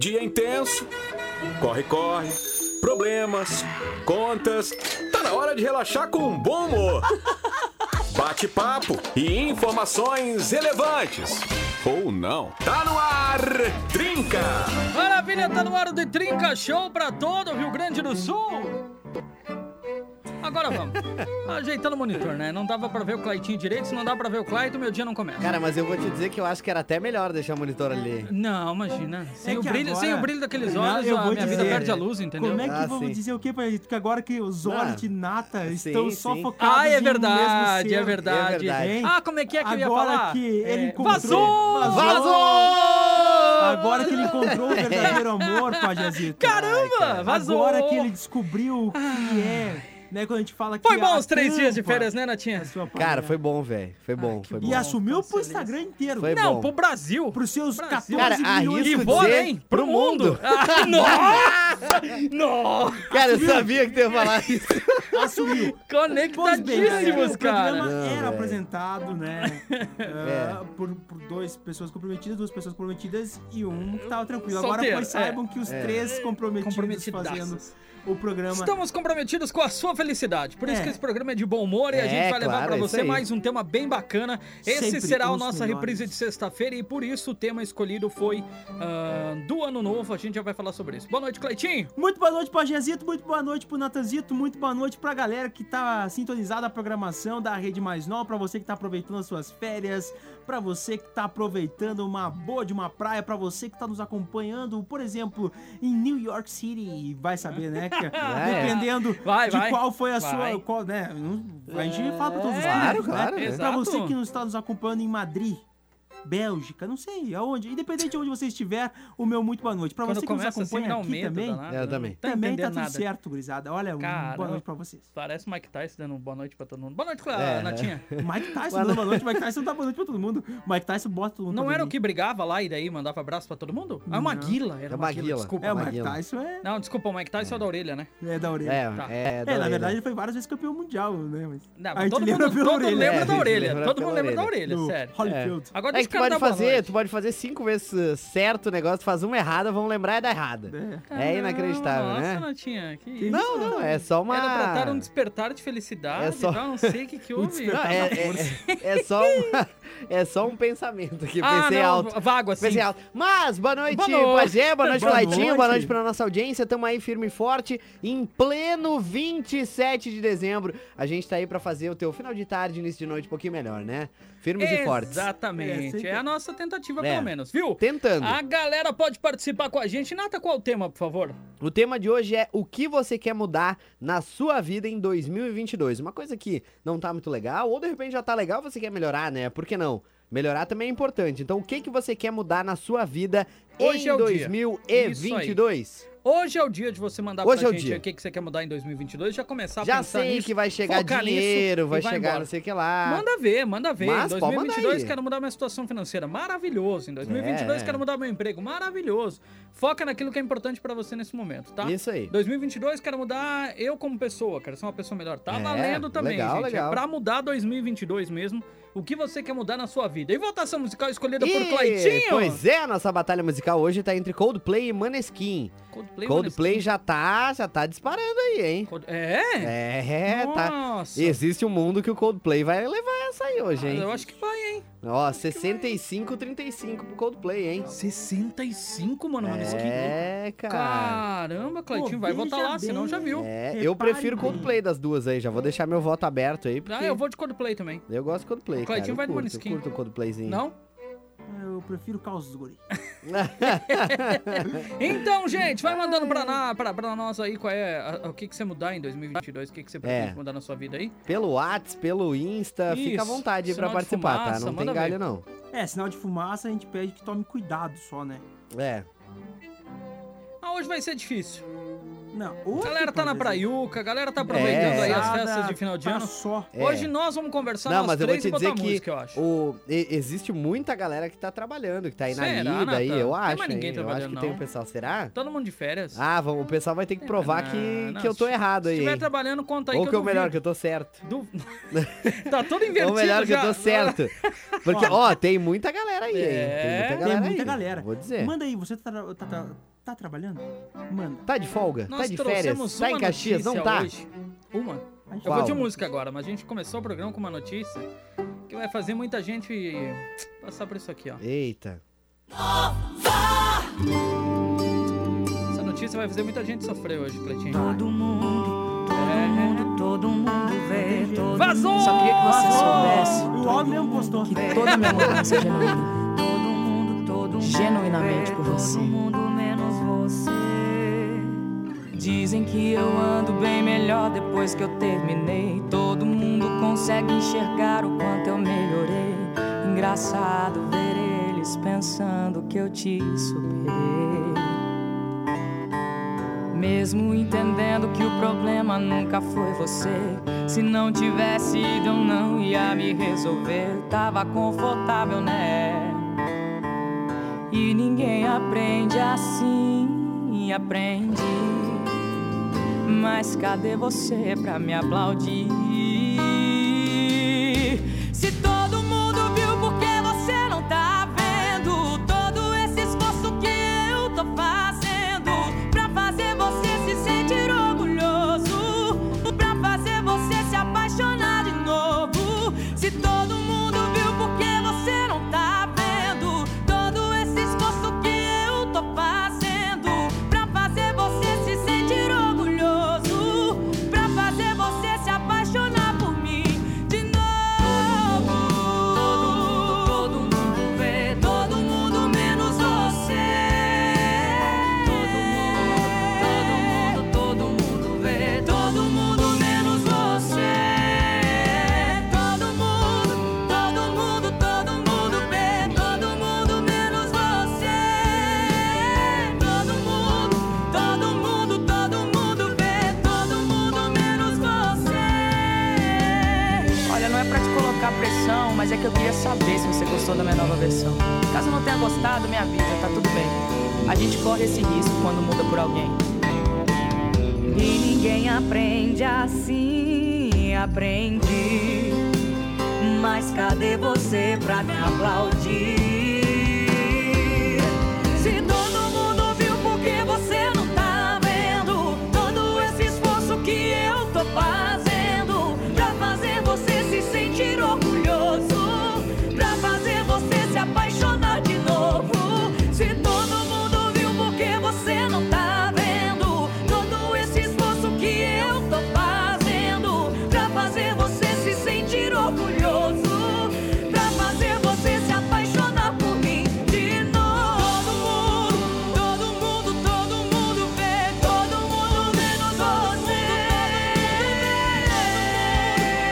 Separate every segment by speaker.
Speaker 1: Dia intenso, corre-corre, problemas, contas. Tá na hora de relaxar com um bom humor. Bate-papo e informações relevantes. Ou não. Tá no ar! Trinca!
Speaker 2: Maravilha, tá no ar de Trinca Show pra todo o Rio Grande do Sul. Agora vamos. Ajeitando o monitor, né? Não dava pra ver o Claitinho direito, se não dá pra ver o Claito, meu dia não começa.
Speaker 3: Cara, mas eu vou te dizer que eu acho que era até melhor deixar o monitor ali.
Speaker 2: Não, imagina. Sem,
Speaker 4: É
Speaker 2: o
Speaker 4: que
Speaker 2: brilho,
Speaker 4: agora-
Speaker 2: sem o brilho daqueles
Speaker 4: Não,
Speaker 2: olhos,
Speaker 4: eu
Speaker 2: a
Speaker 4: vou
Speaker 2: minha vida
Speaker 4: dizer,
Speaker 2: perde a luz, entendeu?
Speaker 4: Como é que
Speaker 3: Ah,
Speaker 4: vamos
Speaker 3: sim.
Speaker 4: dizer o quê pra gente? Porque agora que os Zorat e Nata estão
Speaker 3: sim,
Speaker 4: só
Speaker 3: sim.
Speaker 4: focados
Speaker 2: Ah, é
Speaker 4: em um mesmo
Speaker 2: verdade, é
Speaker 4: ser.
Speaker 2: verdade,
Speaker 3: É verdade.
Speaker 2: Hein? Ah, como é que é que eu ia
Speaker 4: Agora
Speaker 2: falar?
Speaker 4: que ele
Speaker 2: É,
Speaker 4: encontrou-
Speaker 2: Vazou!
Speaker 4: Vazou!
Speaker 3: Vazou!
Speaker 4: Agora que ele encontrou o verdadeiro amor, Pajazito.
Speaker 2: Caramba, vazou!
Speaker 4: Agora que ele descobriu o que é, né? Quando a gente fala que
Speaker 2: Foi
Speaker 4: é
Speaker 2: bom
Speaker 4: a
Speaker 2: os três dias de
Speaker 4: tampa
Speaker 2: férias, né, Natinha?
Speaker 4: da sua
Speaker 3: Cara,
Speaker 4: panela.
Speaker 3: foi bom, velho. Foi bom, foi bom.
Speaker 4: E assumiu pro
Speaker 2: feliz.
Speaker 4: Instagram inteiro.
Speaker 3: Foi
Speaker 2: Não,
Speaker 3: bom.
Speaker 2: pro Brasil.
Speaker 4: Pros seus
Speaker 2: Brasil.
Speaker 4: 14
Speaker 3: Cara,
Speaker 4: milhões
Speaker 2: E
Speaker 3: arrisco
Speaker 4: de...
Speaker 2: bora,
Speaker 3: dizer
Speaker 2: hein?
Speaker 3: pro mundo.
Speaker 2: Ah, nossa! nossa!
Speaker 3: Cara, eu sabia que tu ia falar isso.
Speaker 4: Assumiu. Pois bem, né?
Speaker 2: Conectadíssimos,
Speaker 4: o
Speaker 2: cara.
Speaker 4: programa
Speaker 3: Não,
Speaker 4: era
Speaker 3: velho.
Speaker 4: apresentado, né? ah, por, por duas pessoas comprometidas, duas pessoas comprometidas e um que tava tranquilo. Agora,
Speaker 2: Solteiro,
Speaker 4: pois
Speaker 2: é.
Speaker 4: saibam que os três comprometidos fazendo
Speaker 2: Comprometidaços.
Speaker 4: o programa.
Speaker 2: Estamos comprometidos com a sua felicidade. Por isso
Speaker 4: É.
Speaker 2: que esse programa é de bom humor e a
Speaker 3: É,
Speaker 2: gente vai levar
Speaker 3: claro,
Speaker 2: pra
Speaker 3: é isso
Speaker 2: você
Speaker 3: aí.
Speaker 2: mais um tema bem bacana. Esse
Speaker 4: Sempre
Speaker 2: será
Speaker 4: com
Speaker 2: a
Speaker 4: os
Speaker 2: nossa
Speaker 4: melhores.
Speaker 2: reprise de sexta-feira e por isso o tema escolhido foi ah, do ano novo. A gente já vai falar sobre isso. Boa noite, Cleitinho.
Speaker 4: Muito boa noite pro Agezito, muito boa noite pro Natanzito, muito boa noite pra galera que tá sintonizada a programação da Rede Mais Nova, pra você que tá aproveitando as suas férias, pra você que tá aproveitando uma boa de uma praia, pra você que tá nos acompanhando, por exemplo, em New York City, vai saber, né? que-
Speaker 3: É.
Speaker 4: Dependendo
Speaker 2: Vai,
Speaker 4: de
Speaker 2: vai.
Speaker 4: qual foi a
Speaker 2: Vai. É.
Speaker 4: sua, qual, né? A gente fala pra todos os
Speaker 2: Claro,
Speaker 4: lados,
Speaker 3: claro,
Speaker 4: né?
Speaker 3: né?
Speaker 4: Pra você
Speaker 2: Exato.
Speaker 4: que nos está nos acompanhando em Madrid, Bélgica, não sei aonde, independente de onde você estiver, o meu muito boa noite. Pra
Speaker 2: Quando
Speaker 4: você que nos
Speaker 2: começa assim,
Speaker 4: acompanha
Speaker 2: dá um
Speaker 4: aqui
Speaker 2: medo
Speaker 4: também,
Speaker 2: danado,
Speaker 3: É, Eu
Speaker 2: né?
Speaker 3: também.
Speaker 2: Não
Speaker 4: também tá
Speaker 2: entendendo
Speaker 4: tudo
Speaker 2: nada.
Speaker 4: certo, gurizada. Olha, um
Speaker 2: Cara,
Speaker 4: boa noite pra vocês.
Speaker 2: Parece Mike Tyson dando um boa noite pra todo mundo. Boa noite, Cla-
Speaker 3: É.
Speaker 2: Natinha.
Speaker 4: Mike Tyson dando boa noite, Mike Tyson dá boa noite pra todo mundo. Mike Tyson bota um todo mundo.
Speaker 2: Não
Speaker 4: pra
Speaker 2: era o
Speaker 4: dormir.
Speaker 2: que brigava lá e daí mandava abraço pra todo mundo? É
Speaker 4: Não.
Speaker 2: uma guila. Era
Speaker 3: É
Speaker 2: uma
Speaker 3: uma
Speaker 2: guila,
Speaker 3: guila.
Speaker 2: desculpa.
Speaker 4: É, o Mike
Speaker 3: Maguila.
Speaker 4: Tyson é,
Speaker 2: Não, desculpa, o Mike Tyson é o da orelha, né?
Speaker 4: é da orelha.
Speaker 3: É,
Speaker 2: Tá.
Speaker 3: é, da
Speaker 4: É, na
Speaker 3: orelha.
Speaker 4: verdade ele foi várias vezes campeão mundial, né? Mas...
Speaker 2: Não,
Speaker 4: A gente
Speaker 2: todo
Speaker 4: lembra
Speaker 2: mundo
Speaker 4: pela
Speaker 2: todo
Speaker 4: orelha.
Speaker 2: lembra
Speaker 3: É,
Speaker 2: da
Speaker 3: a gente
Speaker 2: orelha.
Speaker 3: lembra
Speaker 2: Todo
Speaker 3: pela
Speaker 2: mundo lembra da
Speaker 3: orelha.
Speaker 2: orelha,
Speaker 4: do
Speaker 2: é sério.
Speaker 4: Holyfield.
Speaker 2: Agora
Speaker 3: É
Speaker 2: deixa
Speaker 3: que
Speaker 2: o
Speaker 3: tu
Speaker 2: cara
Speaker 3: pode
Speaker 2: dar boa
Speaker 3: fazer,
Speaker 2: noite.
Speaker 3: tu pode fazer cinco vezes uh, certo o negócio, tu faz uma errada, vamos lembrar e dá errada. É inacreditável,
Speaker 2: Nossa,
Speaker 3: né?
Speaker 2: Natinha, que isso.
Speaker 3: Não, não, é só uma.
Speaker 2: Era pra estar um tá despertar de felicidade,
Speaker 3: É só-
Speaker 2: tá? não sei o que que houve. Ah,
Speaker 3: Não, é, é, é só uma- é só um pensamento que
Speaker 2: ah,
Speaker 3: pensei
Speaker 2: não,
Speaker 3: alto.
Speaker 2: vago assim.
Speaker 3: Pensei alto. Mas, boa noite,
Speaker 2: Boa noite.
Speaker 3: Pajé, boa noite,
Speaker 4: Boa
Speaker 3: Laitinho, boa
Speaker 4: noite
Speaker 3: noite pra nossa audiência. Tamo aí firme e forte, em pleno 27 de dezembro. A gente tá aí pra fazer o teu final de tarde, início de noite, um pouquinho melhor, né? Firmes e fortes. assim
Speaker 4: É, sei
Speaker 2: Exatamente.
Speaker 4: que-
Speaker 2: É, a nossa tentativa,
Speaker 3: É.
Speaker 2: pelo menos, viu?
Speaker 3: Tentando.
Speaker 2: A galera pode participar com a gente. Nata, qual o tema, por favor?
Speaker 3: O tema de hoje é o que você quer mudar na sua vida em 2022. Uma coisa que não tá muito legal, ou de repente já tá legal, você quer melhorar, né? Por que não? Melhorar também é importante. Então, o que que você quer mudar na sua vida
Speaker 2: Hoje
Speaker 3: em
Speaker 2: é o dia.
Speaker 3: 2022?
Speaker 2: Hoje é o dia de você mandar
Speaker 3: Hoje
Speaker 2: pra
Speaker 3: é o
Speaker 2: gente
Speaker 3: dia.
Speaker 2: o que que você quer mudar em 2022. Já começar a
Speaker 3: já
Speaker 2: pensar
Speaker 3: sei
Speaker 2: tá nisso.
Speaker 3: que vai chegar
Speaker 2: focar nisso
Speaker 3: dinheiro,
Speaker 2: e
Speaker 3: vai
Speaker 2: vai
Speaker 3: chegar
Speaker 2: embora.
Speaker 3: não sei o que lá.
Speaker 2: Manda ver, manda ver.
Speaker 3: Mas
Speaker 2: em
Speaker 3: pode mandar
Speaker 2: 2022
Speaker 3: aí.
Speaker 2: quero mudar minha situação financeira. Maravilhoso. Em 2022
Speaker 3: É.
Speaker 2: quero mudar meu emprego. Maravilhoso. Foca naquilo que é importante pra você nesse momento, tá?
Speaker 3: Isso aí.
Speaker 2: 2022 quero mudar eu como pessoa, quero ser uma pessoa melhor. Tá
Speaker 3: É,
Speaker 2: valendo também,
Speaker 3: legal,
Speaker 2: gente.
Speaker 3: legal.
Speaker 2: É pra mudar 2022 mesmo. O que você quer mudar na sua vida? E votação musical escolhida por
Speaker 3: Ih,
Speaker 2: Claitinho.
Speaker 3: Pois é, a nossa batalha musical hoje tá entre Coldplay e Maneskin.
Speaker 2: Coldplay.
Speaker 3: Coldplay
Speaker 2: Maneskin.
Speaker 3: já tá, já tá disparando aí, hein?
Speaker 2: Cold- É?
Speaker 3: É, tá.
Speaker 2: Nossa.
Speaker 3: Existe um mundo que o Coldplay vai levar essa aí hoje, hein?
Speaker 2: Ah, Eu acho que vai, hein?
Speaker 3: Ó, 65, 35 pro Coldplay, hein?
Speaker 2: 65, mano. Maneskin.
Speaker 3: É, cara.
Speaker 2: Caramba, Claitinho,
Speaker 4: Pô,
Speaker 2: vai votar
Speaker 4: veja
Speaker 2: lá,
Speaker 4: bem.
Speaker 2: senão já viu. Ah,
Speaker 3: É, eu prefiro
Speaker 4: Reparem.
Speaker 3: Coldplay das duas aí, já vou deixar meu voto aberto aí, porque
Speaker 2: Ah, eu vou de Coldplay também.
Speaker 3: eu gosto de Coldplay,
Speaker 2: O Claitinho vai
Speaker 3: cara. Eu
Speaker 2: no
Speaker 3: curto, eu
Speaker 2: Maneskin.
Speaker 3: curto o Coldplayzinho.
Speaker 2: Não?
Speaker 4: É, Eu prefiro Caos dos Guri.
Speaker 2: Então, gente, vai mandando pra, na, pra, pra nós aí qual é a- o que, que você mudar em 2022, o que, que você pretende
Speaker 3: É.
Speaker 2: mudar na sua vida aí.
Speaker 3: Pelo Whats, pelo Insta, fica à
Speaker 2: Isso.
Speaker 3: vontade aí
Speaker 2: Sinal
Speaker 3: pra
Speaker 2: de
Speaker 3: participar,
Speaker 2: fumaça,
Speaker 3: tá? Não tem
Speaker 2: manda
Speaker 3: galho,
Speaker 2: ver.
Speaker 3: não.
Speaker 4: É, sinal de fumaça, a gente pede que tome cuidado só, né?
Speaker 3: É.
Speaker 2: Ah, hoje vai ser difícil.
Speaker 4: Não, hoje,
Speaker 2: A galera tá na
Speaker 4: por exemplo,
Speaker 2: praiuca, a galera tá aproveitando
Speaker 3: É.
Speaker 2: aí as
Speaker 4: nada,
Speaker 2: festas de final de
Speaker 4: tá
Speaker 2: ano.
Speaker 4: só.
Speaker 3: É.
Speaker 2: Hoje nós vamos conversar
Speaker 3: Não,
Speaker 2: nós
Speaker 3: mas eu vou
Speaker 2: três
Speaker 3: te
Speaker 2: e
Speaker 3: dizer
Speaker 2: botar
Speaker 3: que
Speaker 2: música, eu acho.
Speaker 3: O, e- existe muita galera que tá trabalhando, que tá aí
Speaker 2: Será,
Speaker 3: na lida aí,
Speaker 2: Natan?
Speaker 3: eu
Speaker 2: Não tem
Speaker 3: acho.
Speaker 2: mais ninguém
Speaker 3: hein? eu acho
Speaker 2: trabalhando,
Speaker 3: que tem
Speaker 2: não.
Speaker 3: um pessoal. Será?
Speaker 2: Todo mundo de férias.
Speaker 3: Ah, vamos, o pessoal vai ter que provar
Speaker 2: Não,
Speaker 3: que,
Speaker 2: não,
Speaker 3: que eu tô
Speaker 2: se-
Speaker 3: errado
Speaker 2: Se
Speaker 3: aí.
Speaker 2: estiver
Speaker 3: hein?
Speaker 2: trabalhando, conta aí
Speaker 3: Ou
Speaker 2: que,
Speaker 3: que
Speaker 2: eu
Speaker 3: ou melhor, que
Speaker 2: duvido.
Speaker 3: eu tô certo.
Speaker 2: Du- tá tudo invertido
Speaker 3: Ou melhor, que eu
Speaker 2: já.
Speaker 3: tô certo. Porque, ó, tem muita galera aí, hein? Tem
Speaker 2: É,
Speaker 3: muita
Speaker 2: tem
Speaker 3: galera
Speaker 4: muita
Speaker 3: aí,
Speaker 4: galera.
Speaker 3: Vou dizer.
Speaker 4: Manda aí, você tá, tra- tá- tá- tá trabalhando? Manda.
Speaker 3: Tá de folga?
Speaker 2: Nós
Speaker 3: tá de
Speaker 2: trouxemos
Speaker 3: férias? Tá
Speaker 2: uma
Speaker 3: em Caxias? Não
Speaker 2: notícia
Speaker 3: tá?
Speaker 2: hoje. Uma.
Speaker 4: A gente
Speaker 2: Eu vou
Speaker 3: Qual?
Speaker 2: de música agora, mas a gente começou o programa com uma notícia que vai fazer muita gente passar por isso aqui, ó.
Speaker 3: Eita.
Speaker 2: Essa notícia vai fazer muita gente sofrer hoje, Cleitinho.
Speaker 5: Todo mundo, todo mundo, todo mundo vê. Todo
Speaker 2: Vazou!
Speaker 5: mundo. Só queria que você soubesse
Speaker 4: O Aldo mesmo postou.
Speaker 5: que
Speaker 4: Tá
Speaker 5: toda a minha mudança é genuína. Todo mundo, todo mundo. Genuinamente por você. Todo mundo menos você. Dizem que eu ando bem melhor depois que eu terminei. Todo mundo consegue enxergar o quanto eu melhorei. Engraçado ver eles pensando que eu te superei. Mesmo entendendo que o problema nunca foi você. Se não tivesse ido, eu não ia me resolver. Tava confortável, né? E ninguém aprende assim, aprende. Mas cadê você pra me aplaudir? Se todo mundo viu, por que você não tá vendo? Todo esse esforço que eu tô fazendo pra fazer você se sentir orgulhoso, pra fazer você se apaixonar de novo. Se todo mundo viu, por que você não tá vendo? Todo esse esforço que eu tô fazendo pra fazer você se sentir orgulhoso, pra fazer você se apaixonar por mim de novo. Todo mundo vê, todo mundo menos você. Todo mundo, todo mundo, todo mundo vê, todo mundo menos você. Todo mundo, todo mundo, todo mundo vê, todo mundo menos você. Todo mundo, todo mundo, todo mundo vê, todo mundo menos você. Olha, não é pra te colocar pressão, mas é que eu queria saber se você gostou da minha nova versão. Caso não tenha gostado, me avisa, tá tudo bem. A gente corre esse risco quando muda por alguém. E ninguém aprende assim, aprendi. Mas cadê você pra me aplaudir? Se todo mundo viu por que você não tá vendo Todo esse esforço que eu tô fazendo Pra fazer você se sentir orgulhoso Pra fazer você se apaixonar de novo Se todo mundo viu por que você não tá vendo Todo esse esforço que eu tô fazendo Pra fazer você se sentir orgulhoso Pra fazer você se apaixonar por mim de novo Todo mundo, todo mundo, todo mundo vê Todo mundo menos você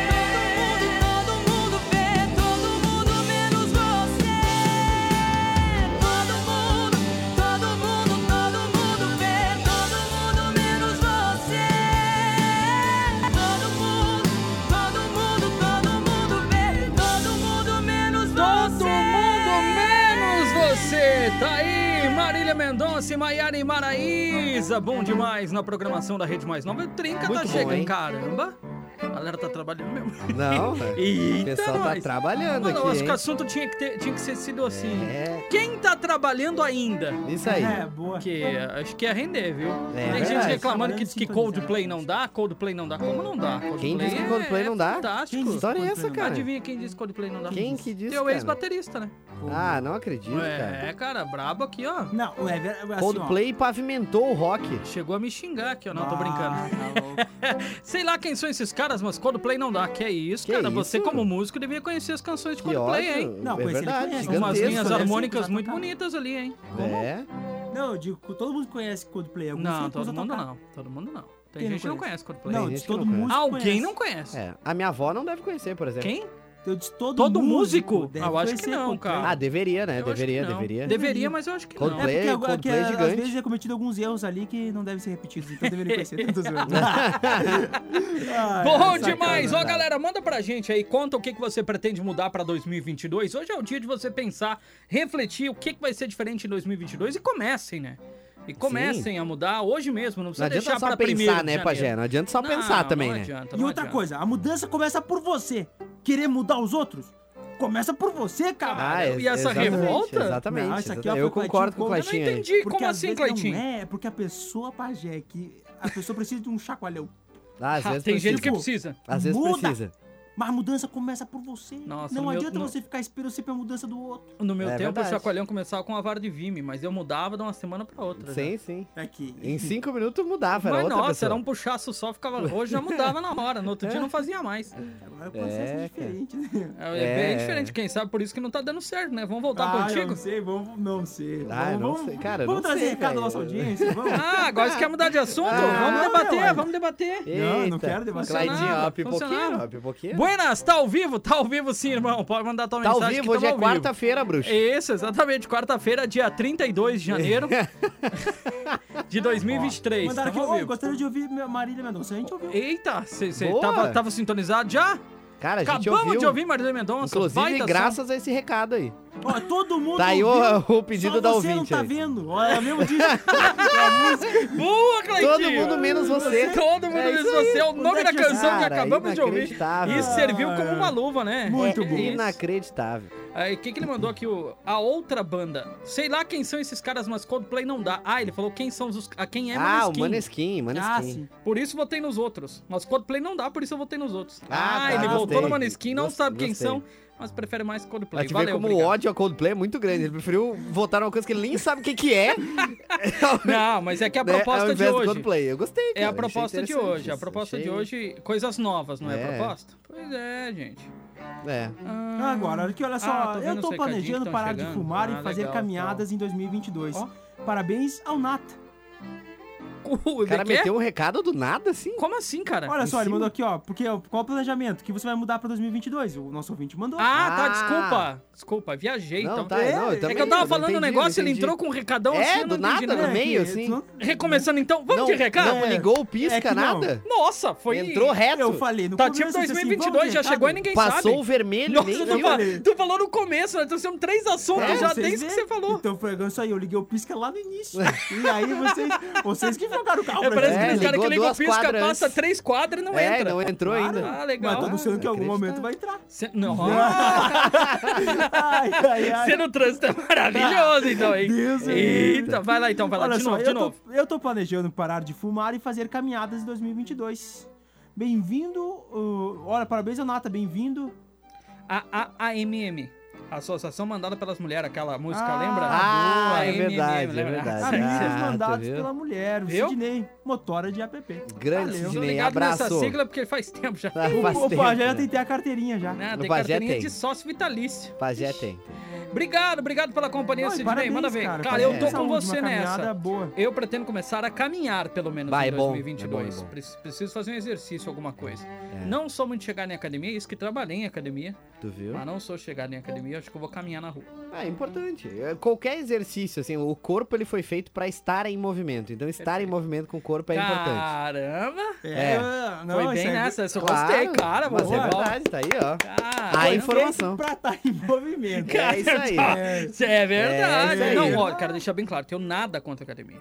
Speaker 5: Todo mundo, todo mundo vê Todo mundo menos você Todo mundo, todo mundo, todo mundo vê Todo mundo menos você Todo mundo, todo mundo, todo mundo vê Todo mundo menos você
Speaker 2: Todo mundo menos você! Tá aí, Marília Mendonça e Maiara e Maraísa. Bom demais na programação da Rede Mais Nova. O Trinca
Speaker 3: Muito
Speaker 2: tá
Speaker 3: bom,
Speaker 2: chegando,
Speaker 3: hein?
Speaker 2: caramba. A galera tá trabalhando mesmo.
Speaker 3: Não,
Speaker 2: Eita,
Speaker 3: o pessoal tá
Speaker 2: nós.
Speaker 3: trabalhando
Speaker 2: Mano, eu acho
Speaker 3: aqui,
Speaker 2: que o
Speaker 3: hein?
Speaker 2: assunto tinha que, ter, tinha que ser sido assim.
Speaker 3: É,
Speaker 2: Quem tá trabalhando ainda?
Speaker 3: isso aí.
Speaker 4: É, boa.
Speaker 2: Porque acho que ia render, viu?
Speaker 3: É,
Speaker 2: Tem gente
Speaker 3: verdade.
Speaker 2: reclamando que diz que Coldplay não dá, Coldplay não dá. Como não dá? é
Speaker 3: Quem diz que Coldplay não dá?
Speaker 2: Fantástico.
Speaker 4: Quem
Speaker 3: Que história é essa,
Speaker 4: Coldplay,
Speaker 3: cara?
Speaker 2: Adivinha quem diz que Coldplay não dá?
Speaker 3: Quem que disse,
Speaker 2: Teu
Speaker 3: cara?
Speaker 2: ex-baterista, né?
Speaker 3: Ah, não acredito, cara.
Speaker 2: É, cara, brabo aqui, ó.
Speaker 4: Não, é ver- assim,
Speaker 3: Coldplay pavimentou o rock.
Speaker 2: Chegou a me xingar aqui, ó.
Speaker 4: ó.
Speaker 2: Não, tô brincando.
Speaker 4: Ah, tá louco.
Speaker 2: Sei lá quem são esses caras, mas Coldplay não dá. Que é isso,
Speaker 3: Que
Speaker 2: cara.
Speaker 3: isso?
Speaker 2: Você, como músico, devia conhecer as canções de
Speaker 3: Que
Speaker 2: Coldplay,
Speaker 3: ódio.
Speaker 2: hein?
Speaker 4: Não,
Speaker 3: é
Speaker 4: conhece, ele
Speaker 3: verdade,
Speaker 4: conhece.
Speaker 3: gigantesco.
Speaker 2: Umas linhas
Speaker 4: né?
Speaker 2: harmônicas
Speaker 4: Sim,
Speaker 2: muito
Speaker 4: exatamente.
Speaker 2: bonitas ali, hein?
Speaker 3: É,
Speaker 4: Não, eu digo, todo mundo conhece Coldplay. Alguns
Speaker 2: Não,
Speaker 4: sempre
Speaker 2: todo
Speaker 4: usam
Speaker 2: mundo
Speaker 4: tocar.
Speaker 2: não. Todo mundo não. Tem
Speaker 4: Quem não
Speaker 2: gente que não conhece
Speaker 4: conhece?
Speaker 2: Coldplay.
Speaker 3: Tem
Speaker 4: Não,
Speaker 3: gente
Speaker 4: de
Speaker 3: que
Speaker 4: todo
Speaker 3: não conhece.
Speaker 4: mundo
Speaker 2: Alguém não conhece.
Speaker 3: é. A minha avó não deve conhecer, por exemplo.
Speaker 2: Quem?
Speaker 4: Eu disse todo,
Speaker 2: Todo músico?
Speaker 4: deve
Speaker 2: Ah, eu acho que
Speaker 4: conhecer
Speaker 2: não,
Speaker 4: Coldplay.
Speaker 2: cara.
Speaker 3: Ah, deveria, né?
Speaker 2: Eu acho
Speaker 3: deveria,
Speaker 2: que não.
Speaker 3: deveria.
Speaker 2: Deveria, mas eu acho que não.
Speaker 3: Coldplay.
Speaker 4: É porque agora, que,
Speaker 3: Coldplay é
Speaker 4: às
Speaker 3: gigante.
Speaker 4: vezes é cometido alguns erros ali que não devem ser repetidos, então deveria conhecer tantos erros. Ah, é,
Speaker 3: É,
Speaker 2: Bom demais! Ó, Tá galera, manda pra gente aí, conta o que, que você pretende mudar pra 2022. Hoje é o dia de você pensar, refletir o que, que vai ser diferente em 2022 e comecem, né? E comecem a mudar hoje mesmo, não
Speaker 3: Não
Speaker 2: precisa
Speaker 3: adianta
Speaker 2: deixar
Speaker 3: só
Speaker 2: pra primeiro
Speaker 3: pensar,
Speaker 2: de
Speaker 3: né,
Speaker 2: janeiro.
Speaker 3: Pajé? Não adianta só
Speaker 2: Não,
Speaker 3: pensar
Speaker 2: não
Speaker 3: também, né?
Speaker 2: adianta,
Speaker 4: E
Speaker 2: não
Speaker 4: outra
Speaker 2: adianta.
Speaker 4: coisa, a mudança começa por você. Querer mudar os outros? Começa por você, cara.
Speaker 2: Ah,
Speaker 3: é-
Speaker 2: e essa
Speaker 3: exatamente,
Speaker 2: revolta?
Speaker 3: Exatamente.
Speaker 4: Não, isso aqui, ó,
Speaker 3: eu
Speaker 4: foi o
Speaker 3: concordo
Speaker 4: Claitinho
Speaker 2: Eu não
Speaker 3: com o
Speaker 4: Conde.
Speaker 3: Claitinho aí.
Speaker 2: entendi, como
Speaker 4: às
Speaker 2: assim,
Speaker 4: vezes não
Speaker 2: Cleitinho?
Speaker 4: É, porque a pessoa pajé, que a pessoa precisa de um chacoalhão.
Speaker 3: Ah, às
Speaker 2: Ah,
Speaker 3: vezes
Speaker 2: tem
Speaker 3: precisa.
Speaker 2: gente que
Speaker 4: Tipo,
Speaker 2: precisa.
Speaker 3: Às vezes
Speaker 4: muda.
Speaker 3: precisa.
Speaker 4: Mas a mudança começa por você.
Speaker 2: Nossa, no
Speaker 4: não
Speaker 2: meu-
Speaker 4: adianta
Speaker 2: no-
Speaker 4: você ficar esperando sempre a mudança do outro.
Speaker 2: No meu
Speaker 3: É
Speaker 2: tempo,
Speaker 3: verdade.
Speaker 2: o chacoalhão começava com a vara de vime, mas eu mudava de uma semana pra outra. já.
Speaker 3: Sim, sim.
Speaker 4: É que
Speaker 3: Em cinco minutos mudava, era
Speaker 2: Mas
Speaker 3: outra
Speaker 2: nossa,
Speaker 3: pessoa.
Speaker 2: era um puxaço só, ficava roxo, já mudava na hora. No outro dia não fazia mais.
Speaker 4: agora o processo é,
Speaker 3: É, cara.
Speaker 4: diferente, né?
Speaker 2: É,
Speaker 3: É.
Speaker 2: bem diferente, quem sabe por isso que não tá dando certo, né? Vamos voltar pro
Speaker 4: Ah, eu
Speaker 2: antigo?
Speaker 4: não sei, vamos, não sei.
Speaker 3: Ah, eu
Speaker 4: vamos,
Speaker 3: não
Speaker 4: vamos-
Speaker 3: sei, cara, eu
Speaker 4: vamos
Speaker 3: não
Speaker 4: trazer
Speaker 3: sei,
Speaker 4: recado da
Speaker 3: velho.
Speaker 4: nossa audiência, vamos.
Speaker 2: Ah, agora você quer mudar de assunto? vamos
Speaker 4: Ah, não,
Speaker 2: debater,
Speaker 4: ué.
Speaker 2: vamos debater.
Speaker 4: Não, não quero debater.
Speaker 3: Claidinho, ó,
Speaker 2: Funcionava,
Speaker 3: pipoquinho,
Speaker 2: funcionava.
Speaker 3: ó, pipoquinho.
Speaker 2: Buenas, tá ao vivo? Tá ao vivo sim, irmão. Pode mandar tua
Speaker 3: Tá ao
Speaker 2: mensagem
Speaker 3: vivo,
Speaker 2: que
Speaker 3: hoje
Speaker 2: tamo
Speaker 3: é
Speaker 2: ao vivo.
Speaker 3: quarta-feira, bruxo.
Speaker 2: Isso, exatamente. Quarta-feira, dia 32 de janeiro de 2023.
Speaker 4: Mandaram aqui,
Speaker 2: é Tamo ao
Speaker 4: "Ô,
Speaker 2: vivo.
Speaker 4: gostaria de ouvir minha Marília Mendonça. A gente ouviu.
Speaker 2: Eita, você
Speaker 3: Boa.
Speaker 2: tava, tava sintonizado já?
Speaker 3: Cara, a gente
Speaker 2: Acabamos
Speaker 3: ouviu.
Speaker 2: de ouvir Marília Mendonça.
Speaker 3: Inclusive,
Speaker 2: baita som.
Speaker 3: graças a esse recado aí.
Speaker 4: Ó, todo mundo
Speaker 3: Tá aí o,
Speaker 4: ouviu,
Speaker 3: o pedido
Speaker 4: só
Speaker 3: da
Speaker 4: você não
Speaker 3: ouvinte
Speaker 4: tá
Speaker 3: aí.
Speaker 4: vendo. Ó, é o mesmo disco. Ah,
Speaker 2: Boa, Cleitinho!
Speaker 3: Todo mundo menos você.
Speaker 2: Todo mundo
Speaker 3: É
Speaker 2: diz
Speaker 3: isso
Speaker 2: você é o
Speaker 4: Onde
Speaker 2: nome
Speaker 4: é
Speaker 2: da
Speaker 4: que eu-
Speaker 2: canção que
Speaker 3: Cara,
Speaker 2: acabamos de ouvir.
Speaker 3: inacreditável.
Speaker 2: Isso é serviu como uma luva, né?
Speaker 4: Muito
Speaker 2: É
Speaker 4: bom.
Speaker 2: isso.
Speaker 3: Ah. Inacreditável.
Speaker 2: Aí, o que, que ele mandou aqui? O- a outra banda. Sei lá quem são esses caras, mas Coldplay não dá. Ah, ele falou quem são os. A quem é
Speaker 3: ah, o
Speaker 2: Maneskin.
Speaker 3: Maneskin,
Speaker 4: Ah,
Speaker 3: Maneskin.
Speaker 4: sim.
Speaker 2: Por isso votei nos outros. Mas Coldplay não dá, por isso eu votei nos outros. Ah,
Speaker 3: Ah, tá,
Speaker 2: ele voltou
Speaker 3: gostei.
Speaker 2: no Maneskin, não
Speaker 3: Gost-
Speaker 2: sabe quem
Speaker 3: gostei.
Speaker 2: são, mas prefere mais
Speaker 3: Pra
Speaker 2: Coldplay.
Speaker 3: te ver
Speaker 2: Valeu,
Speaker 3: como o
Speaker 2: obrigado.
Speaker 3: ódio a Coldplay é muito grande. Ele preferiu votar numa coisa que ele nem sabe o que, que é.
Speaker 2: Não, mas é que a
Speaker 3: né, ao
Speaker 2: proposta de
Speaker 3: invés do
Speaker 2: hoje.
Speaker 3: Coldplay. Eu gostei,
Speaker 2: É
Speaker 3: cara,
Speaker 2: a
Speaker 3: achei
Speaker 2: proposta de
Speaker 3: interessante
Speaker 2: hoje. A
Speaker 3: isso,
Speaker 2: proposta de
Speaker 3: achei-
Speaker 2: hoje, coisas novas, não é, a
Speaker 3: É.
Speaker 2: proposta? Pois é, gente.
Speaker 3: É.
Speaker 2: Ah,
Speaker 4: Agora, olha aqui, olha só.
Speaker 2: Ah, tô vendo
Speaker 4: eu
Speaker 2: os recadinhos
Speaker 4: tô
Speaker 2: que
Speaker 4: planejando
Speaker 2: tão
Speaker 4: parar
Speaker 2: chegando.
Speaker 4: de fumar
Speaker 2: Ah,
Speaker 4: e fazer
Speaker 2: legal,
Speaker 4: caminhadas em 2022.
Speaker 2: Ó. Tá
Speaker 4: Parabéns ao Nata.
Speaker 2: O
Speaker 3: O cara
Speaker 2: cara meteu...
Speaker 3: meteu um recado do nada, assim.
Speaker 2: Como assim, cara?
Speaker 4: Olha
Speaker 3: em
Speaker 4: só, ele
Speaker 3: cima?
Speaker 4: mandou aqui, ó. Porque ó, qual o planejamento? O que você vai mudar pra 2022? O nosso ouvinte mandou.
Speaker 2: Ah, tá,
Speaker 3: Ah.
Speaker 2: desculpa. Desculpa, viajei então.
Speaker 3: tá, não,
Speaker 4: É, é
Speaker 2: é
Speaker 3: também-
Speaker 2: que eu tava falando
Speaker 3: entendi,
Speaker 2: um
Speaker 3: não
Speaker 2: negócio, ele
Speaker 3: entendi.
Speaker 2: entrou com um recadão
Speaker 3: É,
Speaker 2: assim, eu não
Speaker 3: do
Speaker 2: entendi
Speaker 3: nada,
Speaker 2: nada.
Speaker 3: no meio,
Speaker 4: que-
Speaker 3: assim.
Speaker 4: não-
Speaker 2: Recomeçando então, vamos
Speaker 3: não,
Speaker 2: de recado?
Speaker 3: Não ligou o pisca,
Speaker 4: É que não.
Speaker 3: nada.
Speaker 2: Nossa, foi...
Speaker 3: Entrou é, reto.
Speaker 4: Eu falei, no
Speaker 2: Tá
Speaker 4: começo,
Speaker 2: tipo
Speaker 4: eu disse assim,
Speaker 2: 2022,
Speaker 4: vamos de
Speaker 2: já
Speaker 4: recado.
Speaker 2: chegou e ninguém
Speaker 3: Passou o
Speaker 2: sabe.
Speaker 3: vermelho,
Speaker 2: Nossa,
Speaker 3: nem
Speaker 2: tu,
Speaker 3: viu.
Speaker 2: fa- tu falou no começo, né? Então são três assuntos
Speaker 4: É,
Speaker 2: já
Speaker 4: vocês
Speaker 2: desde que
Speaker 4: vê.
Speaker 2: você falou.
Speaker 4: Então foi isso aí, eu liguei o pisca lá no início. e aí vocês, vocês que jogaram o carro
Speaker 2: É,
Speaker 4: pra
Speaker 2: parece
Speaker 4: gente.
Speaker 2: que
Speaker 3: É,
Speaker 2: aqueles caras que
Speaker 3: ligou
Speaker 2: ligam o
Speaker 3: duas
Speaker 2: pisca,
Speaker 3: quadras
Speaker 2: passa
Speaker 3: antes.
Speaker 2: três quadras e não
Speaker 3: é,
Speaker 2: entra.
Speaker 3: não entrou
Speaker 4: Claro.
Speaker 3: ainda.
Speaker 2: Ah,
Speaker 4: Mas tô
Speaker 2: legal.
Speaker 4: anunciando que em algum
Speaker 3: Acreditar.
Speaker 4: momento vai entrar.
Speaker 2: Cê- Não,
Speaker 4: ai, ai, ai.
Speaker 2: Você no trânsito é maravilhoso, então, hein?
Speaker 4: Deus
Speaker 3: é
Speaker 4: me
Speaker 2: Eita, vai lá então, vai lá,
Speaker 4: Olha
Speaker 2: de
Speaker 4: só,
Speaker 2: novo, de
Speaker 4: eu, tô,
Speaker 2: novo.
Speaker 4: eu tô planejando parar de fumar e fazer caminhadas em 2022. Bem-vindo. uh, olha, parabéns, Anata, bem-vindo.
Speaker 2: A AMM. Associação mandada pelas mulheres, aquela música,
Speaker 4: Ah,
Speaker 2: lembra?
Speaker 3: ah, é
Speaker 2: AMM,
Speaker 3: verdade, é
Speaker 2: lembra?
Speaker 3: verdade.
Speaker 2: Ah,
Speaker 3: Caraca,
Speaker 4: Amigos mandados
Speaker 3: viu?
Speaker 4: pela mulher, o
Speaker 2: Viu?
Speaker 4: Sidney, motora de app.
Speaker 3: Grande
Speaker 4: Valeu.
Speaker 2: Tô
Speaker 3: Sidney,
Speaker 2: ligado nessa
Speaker 3: abraço.
Speaker 2: sigla Uh, porque faz tempo já.
Speaker 3: Ah, faz
Speaker 4: O
Speaker 3: tempo,
Speaker 4: Pajé já
Speaker 3: né?
Speaker 4: tentei a carteirinha já.
Speaker 2: Né,
Speaker 3: No
Speaker 2: tem
Speaker 3: Bagé
Speaker 2: carteirinha
Speaker 3: tem.
Speaker 2: de sócio vitalício.
Speaker 3: Pajé tem.
Speaker 2: Obrigado, obrigado pela companhia,
Speaker 4: Ai,
Speaker 2: Sidney.
Speaker 4: parabéns,
Speaker 2: Manda ver. Cara,
Speaker 4: parabéns.
Speaker 2: eu tô
Speaker 4: Saúde,
Speaker 2: com
Speaker 4: uma
Speaker 2: você
Speaker 4: caminhada
Speaker 2: nessa.
Speaker 4: Boa.
Speaker 2: Eu pretendo começar a caminhar, pelo menos,
Speaker 3: Vai,
Speaker 2: em
Speaker 3: é bom,
Speaker 2: 2022.
Speaker 3: é bom, é bom.
Speaker 2: Pre- Preciso fazer um exercício, alguma coisa.
Speaker 3: É,
Speaker 2: Não sou muito chegado em academia, isso que trabalhei em academia.
Speaker 3: Tu viu?
Speaker 2: Mas não sou chegado em academia, acho que eu vou caminhar na rua.
Speaker 3: Ah, é importante. É, Qualquer exercício, assim, o corpo ele foi feito pra estar em movimento. Então estar em movimento com o corpo é importante.
Speaker 2: Caramba!
Speaker 3: É.
Speaker 4: não,
Speaker 2: Foi
Speaker 4: isso
Speaker 2: bem
Speaker 4: é-
Speaker 2: nessa, essa eu
Speaker 3: Claro,
Speaker 2: gostei, cara.
Speaker 3: Mas
Speaker 2: boa.
Speaker 3: é verdade, tá aí, ó.
Speaker 2: Cara,
Speaker 3: A
Speaker 4: Foi
Speaker 3: informação.
Speaker 4: feito é Pra estar em movimento.
Speaker 3: É isso aí.
Speaker 4: É.
Speaker 2: Isso é verdade.
Speaker 3: É, isso aí.
Speaker 2: não, ó, quero deixar bem claro, tenho nada contra a academia.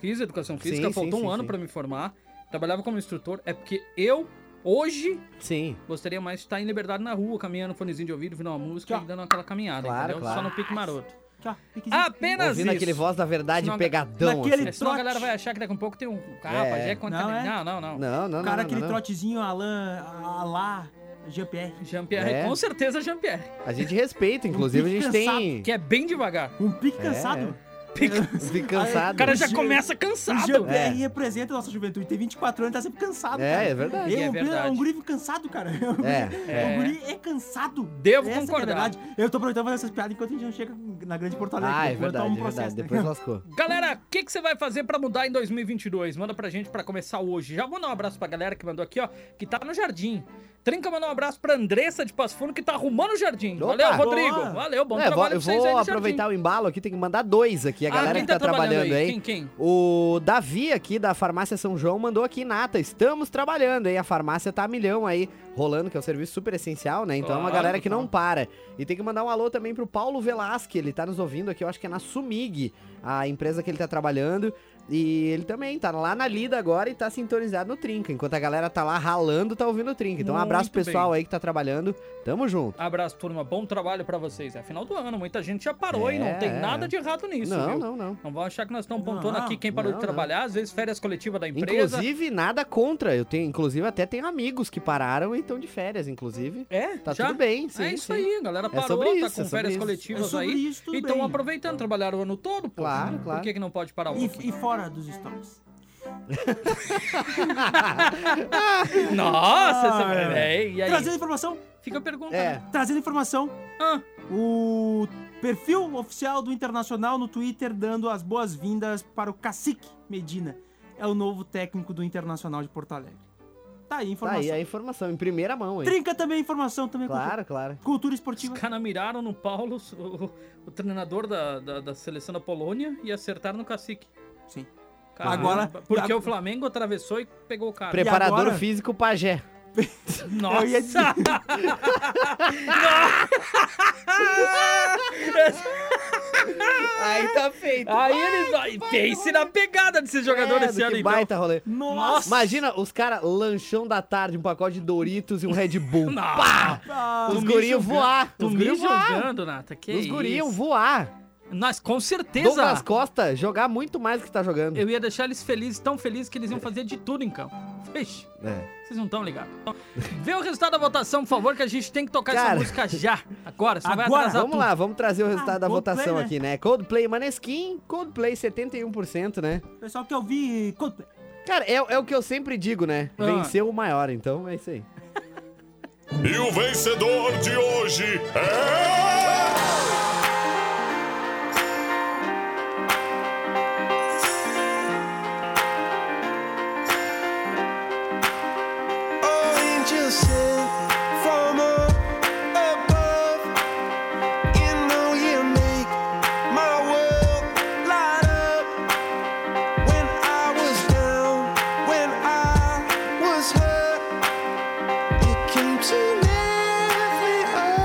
Speaker 2: Fiz educação física,
Speaker 3: Sim, sim,
Speaker 2: faltou um
Speaker 3: sim,
Speaker 2: ano
Speaker 3: sim.
Speaker 2: pra me formar. Trabalhava como instrutor, é porque eu, hoje,
Speaker 3: Sim.
Speaker 2: gostaria mais de estar em liberdade na rua, caminhando, fonezinho de ouvido, ouvindo uma música
Speaker 4: Tchau.
Speaker 2: e dando aquela caminhada,
Speaker 3: Claro,
Speaker 2: entendeu?
Speaker 3: claro.
Speaker 2: Só no pique maroto.
Speaker 4: Aqui, ó, Tá, piquezinho.
Speaker 2: Apenas
Speaker 3: Ouvindo
Speaker 2: isso.
Speaker 3: aquele voz da verdade
Speaker 2: Senão-
Speaker 3: pegadão, assim.
Speaker 4: naquele-
Speaker 2: É, senão a
Speaker 4: trote.
Speaker 2: galera vai achar que daqui a pouco tem um carro,
Speaker 3: É.
Speaker 2: é. contra
Speaker 4: Não,
Speaker 2: não,
Speaker 4: é?
Speaker 2: não, não, não.
Speaker 3: assim. Não, não, não.
Speaker 4: cara,
Speaker 3: não,
Speaker 4: aquele
Speaker 3: não.
Speaker 4: trotezinho Alain, Alá, Jean-Pierre.
Speaker 2: Jean-Pierre,
Speaker 3: É.
Speaker 2: com certeza Jean-Pierre,
Speaker 3: A gente respeita, inclusive a gente
Speaker 4: Cansado.
Speaker 3: tem.
Speaker 2: que é bem devagar.
Speaker 4: Um
Speaker 3: É.
Speaker 4: pique cansado.
Speaker 3: Fica cansado.
Speaker 2: O cara já
Speaker 4: Jean-
Speaker 2: começa
Speaker 4: O
Speaker 2: cansado.
Speaker 4: Jean-Pierre representa a nossa juventude. Tem 24 anos e tá sempre cansado,
Speaker 3: É,
Speaker 4: cara.
Speaker 3: é verdade.
Speaker 4: Eu,
Speaker 2: É
Speaker 4: um guri-
Speaker 2: verdade.
Speaker 4: um guri cansado, cara.
Speaker 3: É.
Speaker 2: É.
Speaker 4: O guri é cansado.
Speaker 2: Devo
Speaker 4: Essa que é a
Speaker 2: concordar.
Speaker 4: verdade. Eu tô aproveitando fazer essas piadas enquanto a gente não chega na grande Porto Alegre.
Speaker 3: Ah, é
Speaker 4: Vou botar
Speaker 3: verdade,
Speaker 4: um
Speaker 3: é
Speaker 4: processo,
Speaker 3: verdade.
Speaker 4: né?
Speaker 3: Depois lascou.
Speaker 2: Galera, o que, que você vai fazer pra mudar em 2022? Manda pra gente pra começar hoje. Já vou dar um abraço pra galera que mandou aqui, ó, que tá no jardim. Trinca, mandar um abraço pra Andressa de Passo Fundo, que tá arrumando o jardim.
Speaker 3: Opa,
Speaker 2: Valeu, Rodrigo.
Speaker 4: boa.
Speaker 2: Valeu, bom
Speaker 3: É, vou-
Speaker 2: trabalho
Speaker 3: eu
Speaker 2: pra vocês aí
Speaker 3: vou
Speaker 2: no
Speaker 3: aproveitar
Speaker 2: jardim.
Speaker 3: o embalo aqui, tem que mandar dois aqui, a
Speaker 2: Ah,
Speaker 3: galera
Speaker 2: quem
Speaker 3: que tá, trabalhando, aí.
Speaker 2: Quem, quem?
Speaker 3: O Davi aqui da Farmácia São João mandou aqui, Nata, estamos trabalhando, hein? A farmácia tá a milhão aí, rolando, que é um serviço super essencial, né? Então é uma
Speaker 2: Claro,
Speaker 3: galera que
Speaker 2: claro.
Speaker 3: não para. E tem que mandar um alô também pro Paulo Velasque, ele tá nos ouvindo aqui, eu acho que é na Sumig, a empresa que ele tá trabalhando. E ele também tá lá na lida agora e tá sintonizado no Trinca. Enquanto a galera tá lá ralando, tá ouvindo o Trinca. Então um abraço pro
Speaker 2: Muito
Speaker 3: pessoal aí que tá trabalhando. Tamo junto.
Speaker 2: Abraço, turma. Bom trabalho pra vocês. É final do ano, muita gente já parou e não
Speaker 3: É,
Speaker 2: tem
Speaker 3: é.
Speaker 2: nada de errado nisso,
Speaker 3: não,
Speaker 2: viu?
Speaker 3: não, não.
Speaker 2: Não vão achar que nós estamos pontuando
Speaker 4: Não,
Speaker 2: aqui quem parou
Speaker 3: não,
Speaker 2: de trabalhar, às vezes férias coletivas da empresa.
Speaker 3: Inclusive, nada contra. Eu tenho, inclusive, até tenho amigos que pararam e estão de férias, inclusive.
Speaker 2: É,
Speaker 3: Tá
Speaker 2: já?
Speaker 3: tudo bem, sim.
Speaker 2: é isso
Speaker 3: sim.
Speaker 2: aí, a galera
Speaker 3: É
Speaker 2: parou,
Speaker 3: sobre
Speaker 2: tá
Speaker 3: isso,
Speaker 2: com
Speaker 3: é sobre
Speaker 2: férias
Speaker 3: isso.
Speaker 4: É
Speaker 2: coletivas
Speaker 4: sobre
Speaker 2: aí.
Speaker 4: isso, tudo
Speaker 2: Então
Speaker 4: bem.
Speaker 2: aproveitando, trabalharam o ano todo, pô.
Speaker 3: Claro, claro.
Speaker 2: Por que, que não pode parar um
Speaker 4: E,
Speaker 2: pouquinho?
Speaker 4: e fora dos stories.
Speaker 2: Nossa, essa...
Speaker 4: Ah, é.
Speaker 2: é, e aí?
Speaker 4: Trazendo informação,
Speaker 2: Fica a pergunta.
Speaker 3: É.
Speaker 2: né?
Speaker 4: trazendo informação,
Speaker 2: Ah,
Speaker 4: o perfil oficial do Internacional no Twitter dando as boas-vindas para o Cacique Medina. É o novo técnico do Internacional de Porto Alegre. Tá aí a
Speaker 3: Tá
Speaker 4: informação.
Speaker 3: aí a informação, em primeira mão, hein?
Speaker 4: Trinca também a informação, também é
Speaker 3: Claro, claro.
Speaker 4: cultura. Cultura
Speaker 2: os
Speaker 4: esportiva.
Speaker 2: caras miraram no Paulo, o, o treinador da, da, da seleção da Polônia, e acertaram no cacique.
Speaker 4: Sim.
Speaker 2: Caramba,
Speaker 4: Agora-
Speaker 2: Porque
Speaker 4: a-
Speaker 2: o Flamengo atravessou e pegou o cara.
Speaker 3: Preparador
Speaker 4: agora?
Speaker 3: físico pajé.
Speaker 2: Nossa!
Speaker 4: Eu ia dizer.
Speaker 3: Aí tá feito.
Speaker 2: Aí eles. Ai, pense na pegada desses jogadores esse ano,
Speaker 3: É, que
Speaker 2: então.
Speaker 3: baita rolê.
Speaker 4: Nossa!
Speaker 3: Imagina os caras, lanchão da tarde, um pacote de Doritos e um Red Bull.
Speaker 2: Não.
Speaker 3: Pá!
Speaker 4: Ah,
Speaker 3: Os
Speaker 2: me
Speaker 3: gurinhos
Speaker 2: julgando.
Speaker 3: voar.
Speaker 2: Tu
Speaker 3: Os
Speaker 2: me
Speaker 3: gurinhos voar.
Speaker 2: julgando, Nata. Que
Speaker 3: Os gurinhos
Speaker 2: isso.
Speaker 3: voar.
Speaker 2: Nós, com
Speaker 3: Douglas
Speaker 2: certeza.
Speaker 3: Costa jogar muito mais do que tá jogando.
Speaker 2: Eu ia deixar eles felizes, tão felizes que eles iam fazer de tudo em campo. Vixe,
Speaker 3: É.
Speaker 2: vocês não estão ligados. Então, Vê o resultado da votação, por favor, que a gente tem que tocar essa
Speaker 3: Cara.
Speaker 2: música já. Agora, senão vai
Speaker 4: Agora,
Speaker 2: atrasar
Speaker 3: Vamos
Speaker 2: tudo.
Speaker 3: lá, vamos trazer o resultado
Speaker 2: Ah,
Speaker 3: da
Speaker 4: Coldplay,
Speaker 3: votação
Speaker 4: né?
Speaker 3: aqui, né? Coldplay, Maneskin, Coldplay 71%, né?
Speaker 4: Pessoal que eu vi. Coldplay.
Speaker 3: Cara, é, é o que eu sempre digo, né?
Speaker 2: Ah.
Speaker 3: Venceu o maior, então é isso aí.
Speaker 1: E o vencedor de hoje é.
Speaker 6: angels sent from above. You know you make my world light up. When I was down, when I was hurt, you came to lift me up.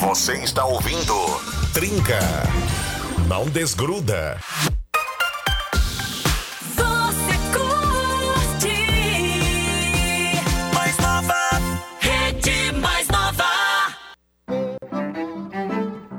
Speaker 7: Você está ouvindo Trinca. Não desgruda.
Speaker 5: Você curte mais nova, rede mais nova.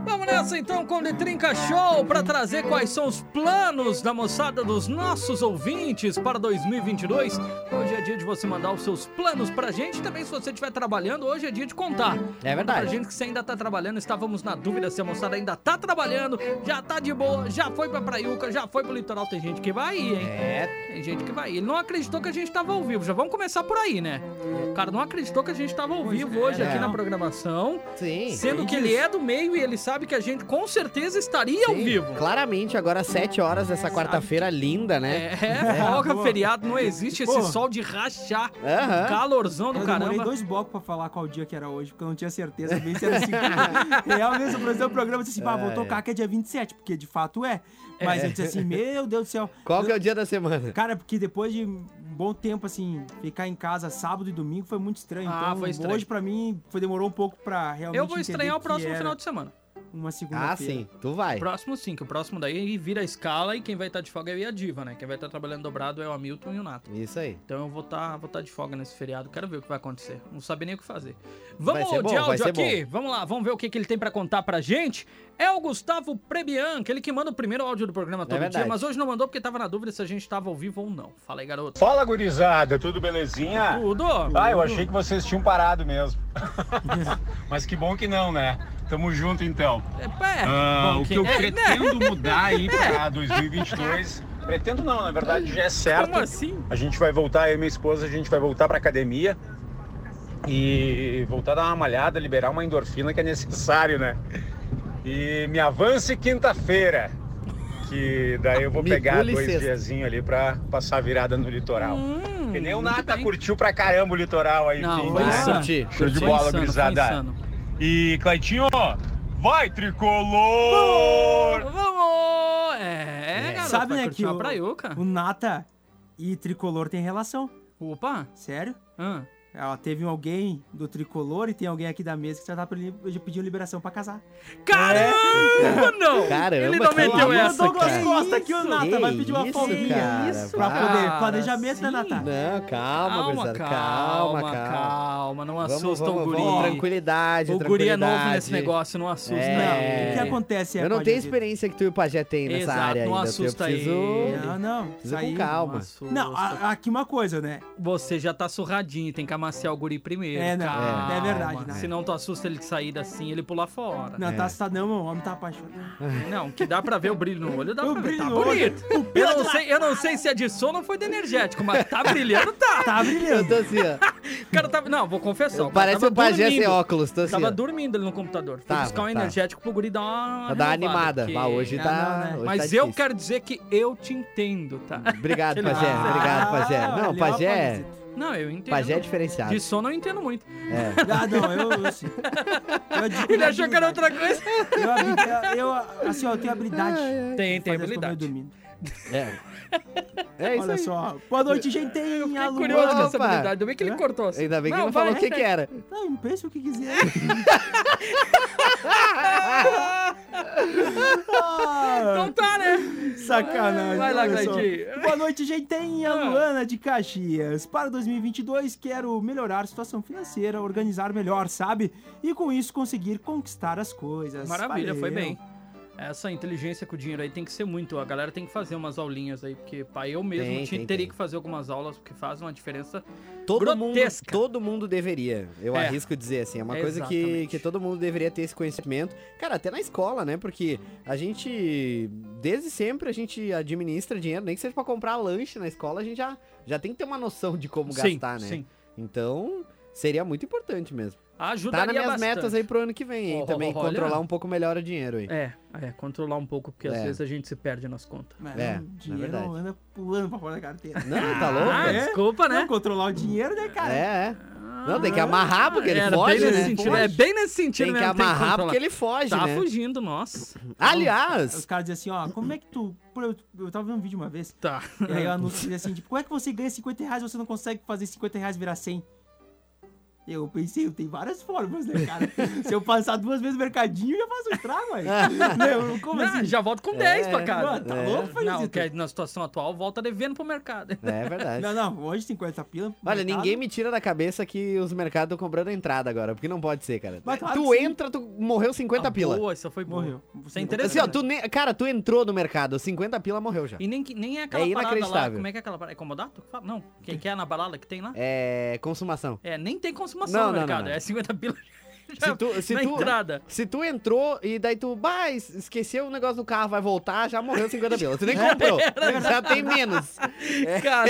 Speaker 2: Vamos nessa então com o Letrinca Show para trazer quais são os planos da moçada dos nossos ouvintes para 2022. Hoje é dia de você mandar os seus planos pra gente. Também se você estiver trabalhando, hoje é dia de contar.
Speaker 3: É
Speaker 2: Pra
Speaker 3: verdade.
Speaker 2: gente que você ainda tá trabalhando, estávamos na dúvida se a moçada ainda tá trabalhando, já tá de boa, já foi pra Praiuca, já foi pro litoral. Tem gente que vai ir, hein?
Speaker 3: É,
Speaker 2: Tem gente que vai ir. Ele não acreditou que a gente tava ao vivo. Já vamos começar por aí, né? O cara não acreditou que a gente tava ao
Speaker 4: Pois
Speaker 2: vivo
Speaker 4: é,
Speaker 2: hoje aqui
Speaker 3: não.
Speaker 2: na programação.
Speaker 3: sim.
Speaker 2: Sendo
Speaker 4: Sim.
Speaker 2: que ele é do meio e ele sabe que a gente com certeza estaria ao
Speaker 3: sim.
Speaker 2: vivo.
Speaker 3: Claramente, agora às 7 horas dessa quarta-feira linda, né?
Speaker 2: É, folga,
Speaker 4: boa.
Speaker 2: feriado, não existe esse
Speaker 4: Pô.
Speaker 2: sol de rachar.
Speaker 3: Aham.
Speaker 2: Calorzão do
Speaker 4: Eu demorei
Speaker 2: caramba.
Speaker 4: dois blocos pra falar qual dia que era hoje, porque eu não tinha certeza bem se era segunda. Real mesmo, eu produzi o programa e disse assim, pá, vou tocar que é dia 27, porque de fato é. Mas eu disse assim, meu Deus do céu.
Speaker 3: Qual que é o dia da semana?
Speaker 4: Cara, porque depois de um bom tempo, assim, ficar em casa sábado e domingo foi muito estranho.
Speaker 2: Ah,
Speaker 4: então,
Speaker 2: foi estranho.
Speaker 4: hoje pra mim foi, demorou um pouco pra realmente
Speaker 2: Eu vou
Speaker 4: entender
Speaker 2: estranhar o
Speaker 4: que
Speaker 2: próximo
Speaker 4: era É.
Speaker 2: final de semana.
Speaker 4: Uma segunda
Speaker 3: Ah, sim. Tu vai.
Speaker 2: Próximo sim, que o próximo daí vira a escala e quem vai estar de folga é a diva, né? Quem vai estar trabalhando dobrado é o Hamilton e o Nato.
Speaker 3: Isso aí.
Speaker 2: Então eu vou estar vou tá de folga nesse feriado, quero ver o que vai acontecer. Não sabe nem o que fazer.
Speaker 3: Vai
Speaker 2: Vamos
Speaker 3: ser bom,
Speaker 2: de
Speaker 3: vai
Speaker 2: áudio
Speaker 3: ser
Speaker 2: aqui, vamos lá, vamos ver o que, que ele tem pra contar pra gente. É o Gustavo Prebian, que ele que manda o primeiro áudio do programa todo dia,
Speaker 3: É verdade.
Speaker 2: mas hoje não mandou porque tava na dúvida se a gente tava ao vivo ou não. Fala aí, garoto.
Speaker 8: Fala gurizada, tudo belezinha?
Speaker 2: Tudo?
Speaker 8: Ah, eu achei que vocês tinham parado mesmo. Mas que bom que não, né? Tamo junto então.
Speaker 2: É, pé.
Speaker 8: Ah,
Speaker 2: Bom
Speaker 8: o que eu
Speaker 2: é, né?
Speaker 8: pretendo mudar aí pra 2022. Pretendo não, na verdade já é certo.
Speaker 2: Como assim?
Speaker 8: A gente vai voltar, eu e minha esposa, a gente vai voltar pra academia e voltar a dar uma malhada, liberar uma endorfina que é necessário, né? E me avance quinta-feira, que daí eu vou
Speaker 3: Me
Speaker 8: pegar
Speaker 3: pule
Speaker 8: dois
Speaker 3: sexta.
Speaker 8: diazinhos ali pra passar a virada no litoral.
Speaker 2: Hum,
Speaker 8: E nem o
Speaker 2: muito
Speaker 8: Nata
Speaker 2: bem.
Speaker 8: curtiu pra caramba o litoral aí.
Speaker 2: Não,
Speaker 8: fim
Speaker 2: foi
Speaker 8: de
Speaker 2: insano.
Speaker 8: semana.
Speaker 3: Curti.
Speaker 8: Show de
Speaker 2: Foi
Speaker 8: bola,
Speaker 2: insano, foi
Speaker 8: gurizada.
Speaker 2: insano.
Speaker 8: E Claitinho, vai tricolor!
Speaker 2: Vamos! É, garoto,
Speaker 4: Sabe,
Speaker 2: vai
Speaker 4: né,
Speaker 2: curtir
Speaker 4: que
Speaker 2: uma
Speaker 4: o-
Speaker 2: praiuca.
Speaker 4: O Nata e tricolor tem relação,
Speaker 2: Opa!
Speaker 4: sério?
Speaker 2: Ah,
Speaker 3: É.
Speaker 4: Ela teve um alguém do tricolor e tem alguém aqui da mesa que já tá pedindo pediu liberação pra casar.
Speaker 2: Caramba, não!
Speaker 3: Caramba,
Speaker 2: Ele não
Speaker 3: que
Speaker 2: meteu
Speaker 3: isso,
Speaker 2: essa,
Speaker 4: Douglas
Speaker 2: cara.
Speaker 4: Costa aqui, o
Speaker 2: isso?
Speaker 4: Nata, vai pedir uma
Speaker 3: isso,
Speaker 4: folguinha
Speaker 3: cara,
Speaker 4: pra
Speaker 3: vai.
Speaker 4: poder. Planejamento, né,
Speaker 2: sim.
Speaker 4: Nata?
Speaker 3: Não, calma,
Speaker 2: Calma,
Speaker 3: gurizada.
Speaker 2: calma, calma, Não
Speaker 3: Vamos,
Speaker 2: assusta
Speaker 3: vamos,
Speaker 2: o guri.
Speaker 3: vamos. Tranquilidade,
Speaker 2: o
Speaker 3: tranquilidade.
Speaker 2: guri é novo nesse negócio, não assusta.
Speaker 4: Não,
Speaker 3: É.
Speaker 4: o que acontece é.
Speaker 3: Eu não
Speaker 4: pode
Speaker 3: tenho
Speaker 4: dizer.
Speaker 3: experiência que tu e o Pajé tem nessa
Speaker 2: Exato,
Speaker 3: área
Speaker 2: não
Speaker 3: ainda. assim,
Speaker 2: assusta
Speaker 3: eu preciso...
Speaker 2: ele.
Speaker 4: Não, não. Isso
Speaker 3: Precisa
Speaker 4: aí...
Speaker 3: com calma.
Speaker 2: assusta.
Speaker 4: Não, a- aqui uma coisa, né?
Speaker 2: Você já tá surradinho, tem que amaciar o guri primeiro.
Speaker 4: É, não,
Speaker 2: calma.
Speaker 4: é verdade, né?
Speaker 2: Senão tu assusta ele de saída assim, ele pular fora.
Speaker 4: Não, tá assustado, não, o homem tá apaixonado.
Speaker 2: Não, que dá pra ver o brilho no olho, dá pra
Speaker 4: O
Speaker 2: ver.
Speaker 4: brilho
Speaker 2: Tá
Speaker 4: no olho,
Speaker 2: bonito. Eu não, sei, eu não sei se é de sono ou foi de energético, mas tá brilhando, tá.
Speaker 4: Tá
Speaker 3: Eu tô
Speaker 4: brilhando.
Speaker 3: assim, ó.
Speaker 2: O cara tava. Não, vou confessar. o cara
Speaker 3: Parece
Speaker 2: tava
Speaker 3: o Pajé sem
Speaker 2: dormindo.
Speaker 3: óculos. Tô assim,
Speaker 2: Tava
Speaker 3: ó.
Speaker 2: dormindo ali no computador. Fui
Speaker 3: Tava,
Speaker 2: buscar um
Speaker 3: tá.
Speaker 2: energético pro guri dar uma.
Speaker 3: Pra dar uma
Speaker 2: renovada,
Speaker 3: animada.
Speaker 2: porque-
Speaker 3: Ah, hoje
Speaker 4: Ah,
Speaker 3: tá...
Speaker 4: não, né?
Speaker 3: hoje tá
Speaker 2: Mas eu
Speaker 3: difícil. Hum.
Speaker 2: quero dizer que eu te entendo, tá?
Speaker 3: Obrigado,
Speaker 2: Ele-
Speaker 3: Pajé.
Speaker 2: Ah,
Speaker 3: Obrigado, Pajé. Não,
Speaker 4: olha,
Speaker 3: Pajé... é-
Speaker 2: Não, eu entendo.
Speaker 3: Pajé é diferenciado.
Speaker 2: De sono eu entendo muito.
Speaker 3: É.
Speaker 4: Ah, não, eu... eu, sim. eu adquiri
Speaker 2: Ele achou que era outra
Speaker 4: habilidade.
Speaker 2: coisa.
Speaker 3: Tá
Speaker 4: Eu, abri- eu, eu- assim, ó, eu tenho habilidade.
Speaker 2: Tem, tem
Speaker 4: de fazer as coisas
Speaker 2: habilidade.
Speaker 4: dormindo.
Speaker 3: É, é isso
Speaker 4: Olha
Speaker 3: aí.
Speaker 4: só. Boa noite, gente.
Speaker 2: Fiquei
Speaker 4: A Luana.
Speaker 2: curioso com essa
Speaker 3: Opa.
Speaker 2: habilidade. Ainda bem que ele cortou assim.
Speaker 3: Ainda bem que não falou o
Speaker 2: vai,
Speaker 3: que que é. era.
Speaker 4: Não, pensa o que quiser. Ah,
Speaker 2: Então tá, né?
Speaker 4: Sacanagem.
Speaker 2: Vai lá,
Speaker 4: olha só.
Speaker 2: Claudinho. Ah.
Speaker 4: Boa noite, gente. Tem a Luana de Caxias. Para 2022, quero melhorar a situação financeira, organizar melhor, sabe? E com isso conseguir conquistar as coisas.
Speaker 2: Maravilha, foi
Speaker 4: Valeu.
Speaker 2: bem. Essa inteligência com o dinheiro aí tem que ser muito. A galera tem que fazer umas aulinhas aí, porque pai, eu mesmo
Speaker 3: Tem,
Speaker 2: te-
Speaker 3: tem,
Speaker 2: teria
Speaker 3: tem.
Speaker 2: que fazer algumas aulas, porque faz uma diferença.
Speaker 3: Todo mundo,
Speaker 2: Grotesca.
Speaker 3: todo mundo deveria, eu
Speaker 2: É.
Speaker 3: arrisco dizer assim, é uma coisa que,
Speaker 2: Exatamente.
Speaker 3: que todo mundo deveria ter esse conhecimento. Cara, até na escola, né? Porque a gente, desde sempre, a gente administra dinheiro, nem que seja pra comprar lanche na escola, a gente já, já tem que ter uma noção de como gastar, né?
Speaker 2: Sim.
Speaker 3: Então, seria muito importante mesmo.
Speaker 2: Ajudaria
Speaker 3: tá nas minhas
Speaker 2: bastante.
Speaker 3: metas aí pro ano que vem, hein?
Speaker 2: Ó,
Speaker 3: Também
Speaker 2: olha.
Speaker 3: controlar um pouco melhor o dinheiro aí.
Speaker 2: É, é, controlar um pouco, porque às
Speaker 3: É.
Speaker 2: vezes a gente se perde nas contas.
Speaker 4: Mas
Speaker 3: É,
Speaker 4: o
Speaker 3: na
Speaker 4: dinheiro
Speaker 3: verdade.
Speaker 4: anda pulando pra fora da carteira.
Speaker 3: Não, tá louco?
Speaker 2: Ah,
Speaker 4: é?
Speaker 2: desculpa, né?
Speaker 4: Não, controlar o dinheiro, né, cara?
Speaker 3: É, é. Não, tem que amarrar porque ele
Speaker 2: Era
Speaker 3: foge,
Speaker 2: bem nesse
Speaker 3: né?
Speaker 2: sentido, é bem nesse sentido
Speaker 3: Tem que
Speaker 2: mesmo,
Speaker 3: amarrar
Speaker 2: controlar.
Speaker 3: porque ele foge,
Speaker 2: Tá
Speaker 3: né?
Speaker 2: fugindo, nossa.
Speaker 4: Os
Speaker 3: Aliás,
Speaker 4: caras dizem assim, ó, como é que tu... Pô, Eu, eu tava vendo um vídeo uma vez,
Speaker 2: Tá.
Speaker 4: e aí eu anúncio assim, tipo, como é que você ganha 50 reais e você não consegue fazer 50 reais virar 100? E Eu pensei, tem várias formas, né, cara? Se eu passar duas vezes no mercadinho, eu já faço um trago, ué. Não, como
Speaker 2: Não,
Speaker 4: assim?
Speaker 2: já volto
Speaker 3: É.
Speaker 2: com 10 pra casa.
Speaker 4: Mano, tá louco,
Speaker 2: Não,
Speaker 4: Felizito?
Speaker 2: que na situação atual volta devendo pro mercado.
Speaker 3: É verdade.
Speaker 4: Não, tá não, hoje 50 pila.
Speaker 3: Olha,
Speaker 4: mercado.
Speaker 3: ninguém me tira da cabeça que os mercados estão cobrando entrada agora, porque não pode ser, cara.
Speaker 4: Mas claro
Speaker 3: tu
Speaker 4: que sim. Tá
Speaker 3: entra, tu morreu 50
Speaker 2: Ah,
Speaker 3: pila.
Speaker 2: Boa, isso foi boa.
Speaker 4: Morreu.
Speaker 2: Isso é
Speaker 3: Assim, ó,
Speaker 4: né?
Speaker 2: interessante.
Speaker 3: tu nem- cara, tu entrou no mercado, 50 pila morreu já.
Speaker 2: E nem, que- nem é aquela
Speaker 3: É
Speaker 2: parada lá.
Speaker 3: inacreditável.
Speaker 2: Como é que é aquela parada? É comodato? Fala- Não. Quem quer é na balada que tem lá?
Speaker 3: É. Consumação.
Speaker 2: É, nem tem
Speaker 3: Não,
Speaker 2: consumação no
Speaker 3: não, não,
Speaker 2: mercado.
Speaker 3: não.
Speaker 2: É 50 pila.
Speaker 3: Se tu, se,
Speaker 2: na
Speaker 3: tu,
Speaker 2: entrada.
Speaker 3: se tu entrou e daí tu, bah, es- esqueceu o negócio do carro, vai voltar, já morreu 50 pila. Tu nem
Speaker 4: É
Speaker 3: comprou. já tem menos.
Speaker 2: Cara,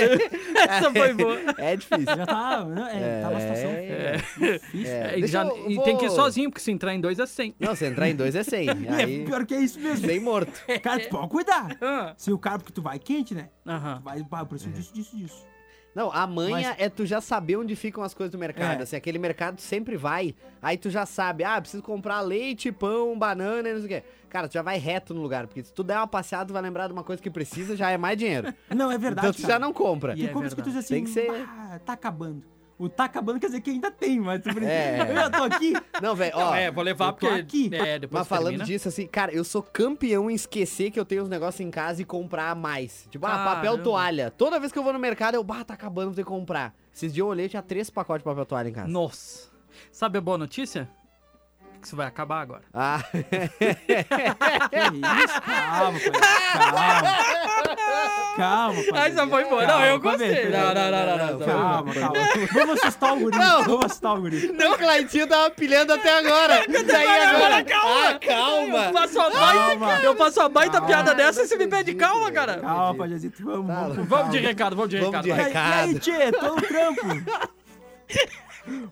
Speaker 2: essa foi boa.
Speaker 3: É difícil.
Speaker 4: Já tá, né? É, tá uma situação.
Speaker 3: É.
Speaker 4: difícil.
Speaker 3: É,
Speaker 2: É, e
Speaker 3: deixa
Speaker 2: já-
Speaker 3: eu-
Speaker 2: e
Speaker 3: vou-
Speaker 2: tem que ir sozinho, porque se entrar em dois é 100.
Speaker 3: Não, se entrar em dois é 100.
Speaker 4: É,
Speaker 3: Aí,
Speaker 4: pior que é isso mesmo.
Speaker 3: sem morto.
Speaker 2: É.
Speaker 4: Cara, tu pode cuidar.
Speaker 2: Ah,
Speaker 4: Se o cara, porque tu vai quente, né? Tu
Speaker 2: Aham.
Speaker 4: vai, pá, eu preciso disso, disso, disso.
Speaker 3: Não, a manha é tu já saber onde ficam as coisas do mercado.
Speaker 4: É.
Speaker 3: Assim, aquele mercado sempre vai. Aí tu já sabe, ah, preciso comprar leite, pão, banana e não sei o quê. Cara, tu já vai reto no lugar, porque se tu der uma passeada, tu vai lembrar de uma coisa que precisa, já é mais dinheiro.
Speaker 4: Não, é verdade.
Speaker 3: então tu já
Speaker 4: cara.
Speaker 3: não compra.
Speaker 4: Tem
Speaker 2: É
Speaker 4: como que tu diz assim,
Speaker 3: Tem que ser-
Speaker 4: "Ah, tá acabando. O tá acabando quer dizer que ainda tem, mas tu
Speaker 3: É.
Speaker 4: Eu tô aqui.
Speaker 3: Não, velho, ó.
Speaker 2: Não, é, vou
Speaker 4: eu
Speaker 2: levar
Speaker 4: tô
Speaker 2: porque.
Speaker 4: aqui.
Speaker 2: É, depois
Speaker 3: Mas falando
Speaker 2: termina.
Speaker 3: disso, assim, cara, eu sou campeão em esquecer que eu tenho uns negócios em casa e comprar mais. Tipo, ah, papel
Speaker 2: Caramba.
Speaker 3: toalha. Toda vez que eu vou no mercado, eu, bah, tá acabando, vou ter que comprar. Esses dias eu olhei, tinha três pacotes de papel toalha em casa.
Speaker 2: Nossa. Sabe a boa notícia? Que isso vai acabar agora.
Speaker 3: Ah,
Speaker 4: Que isso? Calma, pai. Calma. Calma,
Speaker 2: Ah,
Speaker 4: pai.
Speaker 2: já foi embora. Não,
Speaker 4: Calma,
Speaker 2: eu
Speaker 4: vamos ver,
Speaker 2: gostei. Não,
Speaker 4: peraí.
Speaker 2: não, não, não, não.
Speaker 4: Calma, calma. Vamos assustar o guri. Vamos assustar o guri.
Speaker 3: não, Claitinho tava pilhando tá até agora. Daí agora, calma. Ah,
Speaker 2: Eu
Speaker 3: calma.
Speaker 2: faço a baita,
Speaker 4: Calma.
Speaker 2: eu faço uma baita
Speaker 4: Calma.
Speaker 2: piada dessa e você me pede calma,
Speaker 3: acredito,
Speaker 2: cara.
Speaker 4: Calma, Pajazito. Vamos,
Speaker 3: Tá
Speaker 4: vamos.
Speaker 3: louco.
Speaker 2: Vamos de recado, vamos de
Speaker 3: Vamos
Speaker 2: recado.
Speaker 3: de
Speaker 4: E
Speaker 2: vai.
Speaker 4: aí, e aí,
Speaker 3: Recado.
Speaker 4: tchê, tô no trampo.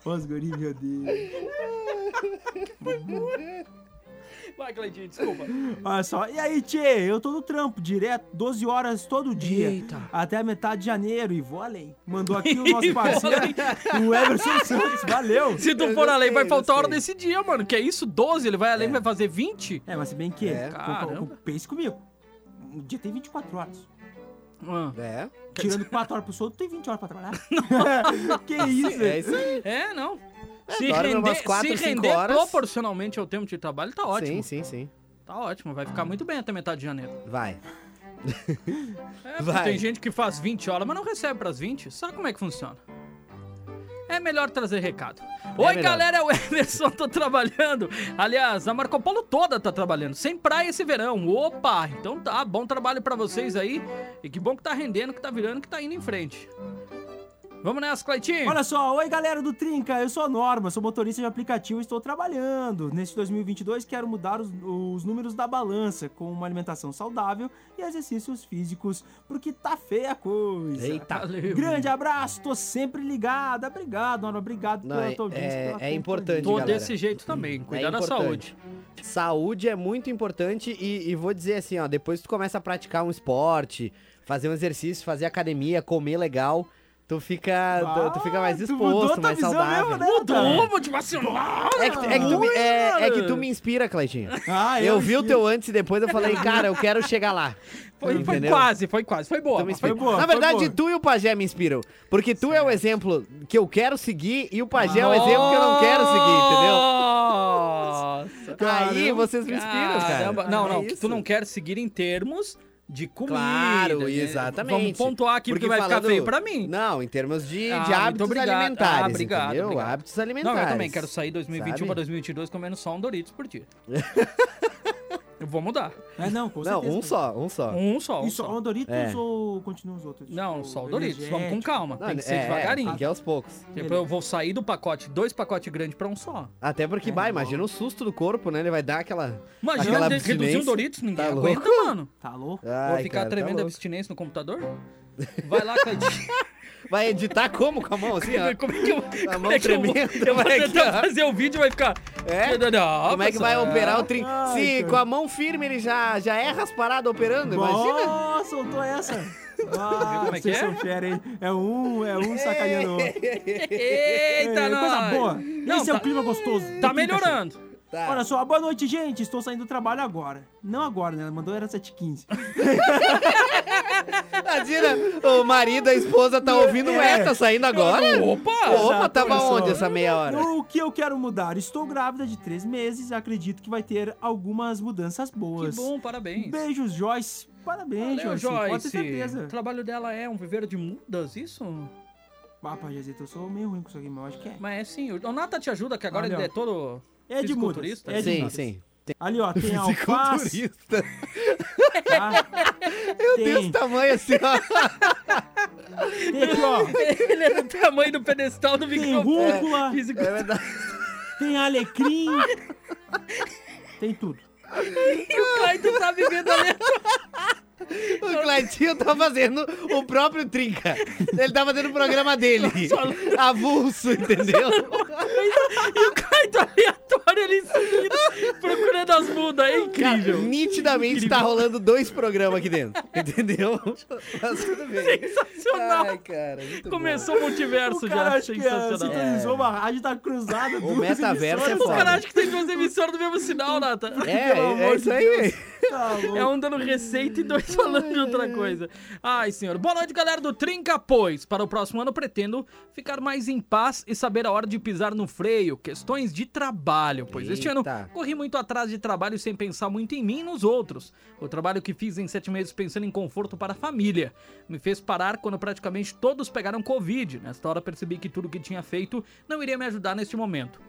Speaker 4: Os guri, meu Deus.
Speaker 2: Vai, Cleidinho, desculpa.
Speaker 4: Olha só. E aí, tchê, eu tô no trampo, direto, 12 horas todo dia.
Speaker 2: Eita.
Speaker 4: Até a metade de janeiro. E vou além. Mandou aqui o nosso parceiro, o Everson Santos. Valeu.
Speaker 2: Se tu
Speaker 3: Eu
Speaker 2: for além, vai
Speaker 3: gostei,
Speaker 2: faltar hora desse
Speaker 3: gostei.
Speaker 2: dia, mano. Que é isso? 12, ele vai além, vai fazer 20?
Speaker 4: É, mas se bem que.
Speaker 3: É.
Speaker 4: com- com-
Speaker 2: Caramba.
Speaker 4: pense comigo. Um dia tem 24 horas.
Speaker 2: Ah.
Speaker 3: É,
Speaker 4: Tirando 4 horas pro sono, tu tem 20 horas pra trabalhar. que isso?
Speaker 3: é isso aí.
Speaker 2: É, não. Se
Speaker 3: dorme umas
Speaker 2: render,
Speaker 3: quatro,
Speaker 2: se
Speaker 3: cinco
Speaker 2: render
Speaker 3: horas.
Speaker 2: proporcionalmente ao tempo de trabalho, tá ótimo.
Speaker 3: Sim, sim, sim.
Speaker 2: Tá ótimo, vai ficar muito bem até metade de janeiro.
Speaker 3: Vai.
Speaker 2: É, porque
Speaker 3: Vai.
Speaker 2: Tem gente que faz 20 horas, mas não recebe pras 20. Sabe como é que funciona? É melhor trazer recado. Oi,
Speaker 3: melhor.
Speaker 2: galera, é o Emerson, tô trabalhando. Aliás, a Marco Polo toda tá trabalhando. Sem praia esse verão. Opa! Então tá, bom trabalho pra vocês aí. E que bom que tá rendendo, que tá virando, que tá indo em frente. Vamos nessa, Claitinho.
Speaker 4: Olha só, oi galera do Trinca, eu sou a Norma, sou motorista de aplicativo e estou trabalhando. Neste 2022 quero mudar os, os números da balança com uma alimentação saudável e exercícios físicos, porque tá feia a coisa.
Speaker 3: Eita.
Speaker 2: Valeu.
Speaker 4: Grande abraço, tô sempre ligada. Obrigado, Norma, obrigado
Speaker 3: Não, é-
Speaker 4: pela tua audiência.
Speaker 3: é-
Speaker 4: pela
Speaker 3: é
Speaker 4: companhia.
Speaker 3: importante,
Speaker 2: Tô
Speaker 3: galera. É
Speaker 2: desse jeito também, cuidar da
Speaker 3: Um importante.
Speaker 2: saúde.
Speaker 3: Saúde é muito importante e, e vou dizer assim, ó, depois que tu começa a praticar um esporte, fazer um exercício, fazer academia, comer legal, tu fica, tu, tu fica mais
Speaker 4: Ah, tu mudou
Speaker 3: disposto,
Speaker 4: tua
Speaker 3: mais
Speaker 4: visão
Speaker 3: saudável.
Speaker 4: mesmo, né,
Speaker 2: Mudou, motivacional.
Speaker 3: É que, tu- é que tu, me-
Speaker 2: Ui,
Speaker 3: é-
Speaker 2: cara.
Speaker 3: é que tu me inspira, Claitinho.
Speaker 4: Ah,
Speaker 3: eu vi o teu antes e depois eu falei, cara, eu quero chegar lá.
Speaker 2: Foi, foi
Speaker 3: Entendeu? Então,
Speaker 2: quase, foi quase. Foi boa.
Speaker 3: Tu me
Speaker 2: mas foi
Speaker 3: inspira.
Speaker 4: foi boa,
Speaker 3: Na
Speaker 4: foi
Speaker 3: verdade,
Speaker 4: boa.
Speaker 3: tu e o Pajé me inspiram. Porque tu é o exemplo que eu quero seguir e o Pajé é o
Speaker 2: Nossa!
Speaker 3: exemplo que eu não quero seguir,
Speaker 2: Nossa.
Speaker 3: entendeu? Aí vocês me inspiram, cara.
Speaker 2: Caramba. Não, não,
Speaker 3: É
Speaker 2: que
Speaker 3: isso.
Speaker 2: tu não quer seguir em termos de comida.
Speaker 3: Claro,
Speaker 2: né?
Speaker 3: exatamente.
Speaker 2: Vamos pontuar aqui porque, vai ficar
Speaker 3: falando-
Speaker 2: feio pra mim.
Speaker 3: Não, em termos de,
Speaker 2: Ah,
Speaker 3: de
Speaker 2: muito
Speaker 3: hábitos
Speaker 2: obrigado.
Speaker 3: alimentares,
Speaker 2: Ah, obrigado,
Speaker 3: entendeu?
Speaker 2: obrigado.
Speaker 3: Hábitos alimentares.
Speaker 2: Não, eu também quero sair 2021
Speaker 3: sabe?
Speaker 2: pra 2022 comendo só um Doritos por dia. eu vou mudar.
Speaker 4: É, não, com
Speaker 3: Não,
Speaker 4: certeza.
Speaker 3: um só, um só.
Speaker 2: Um só, um
Speaker 4: Isso,
Speaker 2: só.
Speaker 4: o Doritos
Speaker 3: É.
Speaker 4: ou continuam os outros?
Speaker 2: Não,
Speaker 4: Tipo,
Speaker 2: só um o Doritos. Vamos com
Speaker 4: energético.
Speaker 2: calma.
Speaker 3: Não,
Speaker 2: Tem que
Speaker 3: é,
Speaker 2: ser
Speaker 3: é,
Speaker 2: devagarinho.
Speaker 3: Tem que ir aos poucos.
Speaker 2: Tipo, eu vou sair do pacote, dois pacotes grandes pra um só.
Speaker 3: Até porque, bah, imagina o susto do corpo, né? Ele vai dar aquela.
Speaker 2: Imagina
Speaker 3: aquela
Speaker 2: de- reduzir um
Speaker 3: abstinência.
Speaker 2: Doritos, ninguém
Speaker 3: Tá
Speaker 2: aguenta, mano.
Speaker 4: Tá louco?
Speaker 3: Ai,
Speaker 2: Vou ficar
Speaker 3: cara, tá
Speaker 2: tremendo
Speaker 3: louco.
Speaker 2: abstinência no computador? Vai lá, Cadinho.
Speaker 3: Vai editar como? Com a mão assim, ó.
Speaker 2: como é que eu, como
Speaker 3: mão
Speaker 2: é que eu vou,
Speaker 3: tremendo,
Speaker 2: eu vou
Speaker 3: vai aqui,
Speaker 2: tentar
Speaker 3: ó.
Speaker 2: fazer o vídeo e vai ficar...
Speaker 3: É?
Speaker 2: Não,
Speaker 3: Como é que vai
Speaker 2: pessoal.
Speaker 3: operar o trinco?
Speaker 4: Ai,
Speaker 3: Se
Speaker 4: cara.
Speaker 3: com a mão firme ele já, já erra as paradas operando, imagina.
Speaker 4: Nossa, soltou essa. Ah,
Speaker 2: como é que
Speaker 4: vocês
Speaker 2: é?
Speaker 4: são fera, hein? É um, é um sacaneando o outro.
Speaker 2: Eita,
Speaker 4: É,
Speaker 2: não.
Speaker 4: Coisa boa.
Speaker 2: Não,
Speaker 4: Esse é um
Speaker 2: tá-
Speaker 4: clima gostoso.
Speaker 2: Tá melhorando.
Speaker 3: Tá.
Speaker 4: Olha só, boa noite, gente. Estou saindo do trabalho agora. Não agora, né? Ela mandou era 7h15.
Speaker 3: Imagina, o marido, a esposa tá ouvindo o
Speaker 4: É.
Speaker 3: ETA saindo agora?
Speaker 2: Opa!
Speaker 3: Opa,
Speaker 4: Exato,
Speaker 3: tava
Speaker 4: olha só.
Speaker 3: onde essa meia hora?
Speaker 4: O que eu quero mudar? Estou grávida de três meses, acredito que vai ter algumas mudanças
Speaker 2: Que
Speaker 4: boas.
Speaker 2: bom, parabéns.
Speaker 4: Beijos, Joyce. Parabéns,
Speaker 2: Valeu,
Speaker 4: Joyce. Pode
Speaker 2: Joyce.
Speaker 4: ter certeza.
Speaker 2: O trabalho dela é um viveiro de mudas, isso?
Speaker 4: Ah, pá, Jazito, eu sou meio ruim com isso aqui, mas eu acho que é.
Speaker 2: Mas é sim, o Nata te ajuda, que agora
Speaker 4: Olha,
Speaker 2: ele
Speaker 4: ó.
Speaker 2: é todo...
Speaker 4: É de mudas.
Speaker 2: Fisiculturista?
Speaker 4: É de
Speaker 3: Sim,
Speaker 4: mudas.
Speaker 3: sim.
Speaker 4: Ali, ó, tem alface,
Speaker 3: Fisiculturista.
Speaker 4: tá?
Speaker 3: Meu
Speaker 4: Tem.
Speaker 3: Deus, tamanho assim, ó.
Speaker 4: Tem aqui, ó.
Speaker 2: ele é do tamanho do pedestal do
Speaker 4: Tem
Speaker 2: microfone.
Speaker 4: rúcula,
Speaker 2: Físico-
Speaker 3: É verdade.
Speaker 4: tem alecrim. Tem tudo.
Speaker 2: E o Clayton tá vivendo ali.
Speaker 3: O Claitinho tá fazendo o próprio Trinca. Ele tá fazendo o programa dele. Avulso, entendeu?
Speaker 2: E o Clayton aleatório ali em seguida, procurando as mudas. É
Speaker 3: Cara,
Speaker 2: incrível.
Speaker 3: nitidamente tá rolando dois programas aqui dentro. Entendeu? Mas tudo bem.
Speaker 2: Sensacional.
Speaker 3: Ai, cara, muito bom.
Speaker 2: Começou o multiverso
Speaker 4: O
Speaker 2: já.
Speaker 4: cara acho que é,
Speaker 2: Sensacional.
Speaker 4: sintonizou uma rádio da cruzada. duas
Speaker 3: metaverso é
Speaker 4: emissoras.
Speaker 2: Os
Speaker 3: foda.
Speaker 2: caras acham que tem duas emissoras do mesmo sinal, Nata.
Speaker 3: É,
Speaker 4: Pelo
Speaker 3: é
Speaker 4: amor
Speaker 3: isso
Speaker 4: de
Speaker 3: aí.
Speaker 4: Tá louco.
Speaker 2: É um dando receita e dois falando de outra coisa. Ai, senhor. Boa noite, galera do Trinca, pois. Para o próximo ano, pretendo ficar mais em paz e saber a hora de pisar no freio. Questões de trabalho, pois este ano
Speaker 3: Eita.
Speaker 2: corri muito atrás de trabalho sem pensar muito em mim e nos outros. O trabalho que fiz em sete meses pensando em conforto para a família me fez parar quando praticamente todos pegaram Covid. Nesta hora, percebi que tudo que tinha feito não iria me ajudar neste momento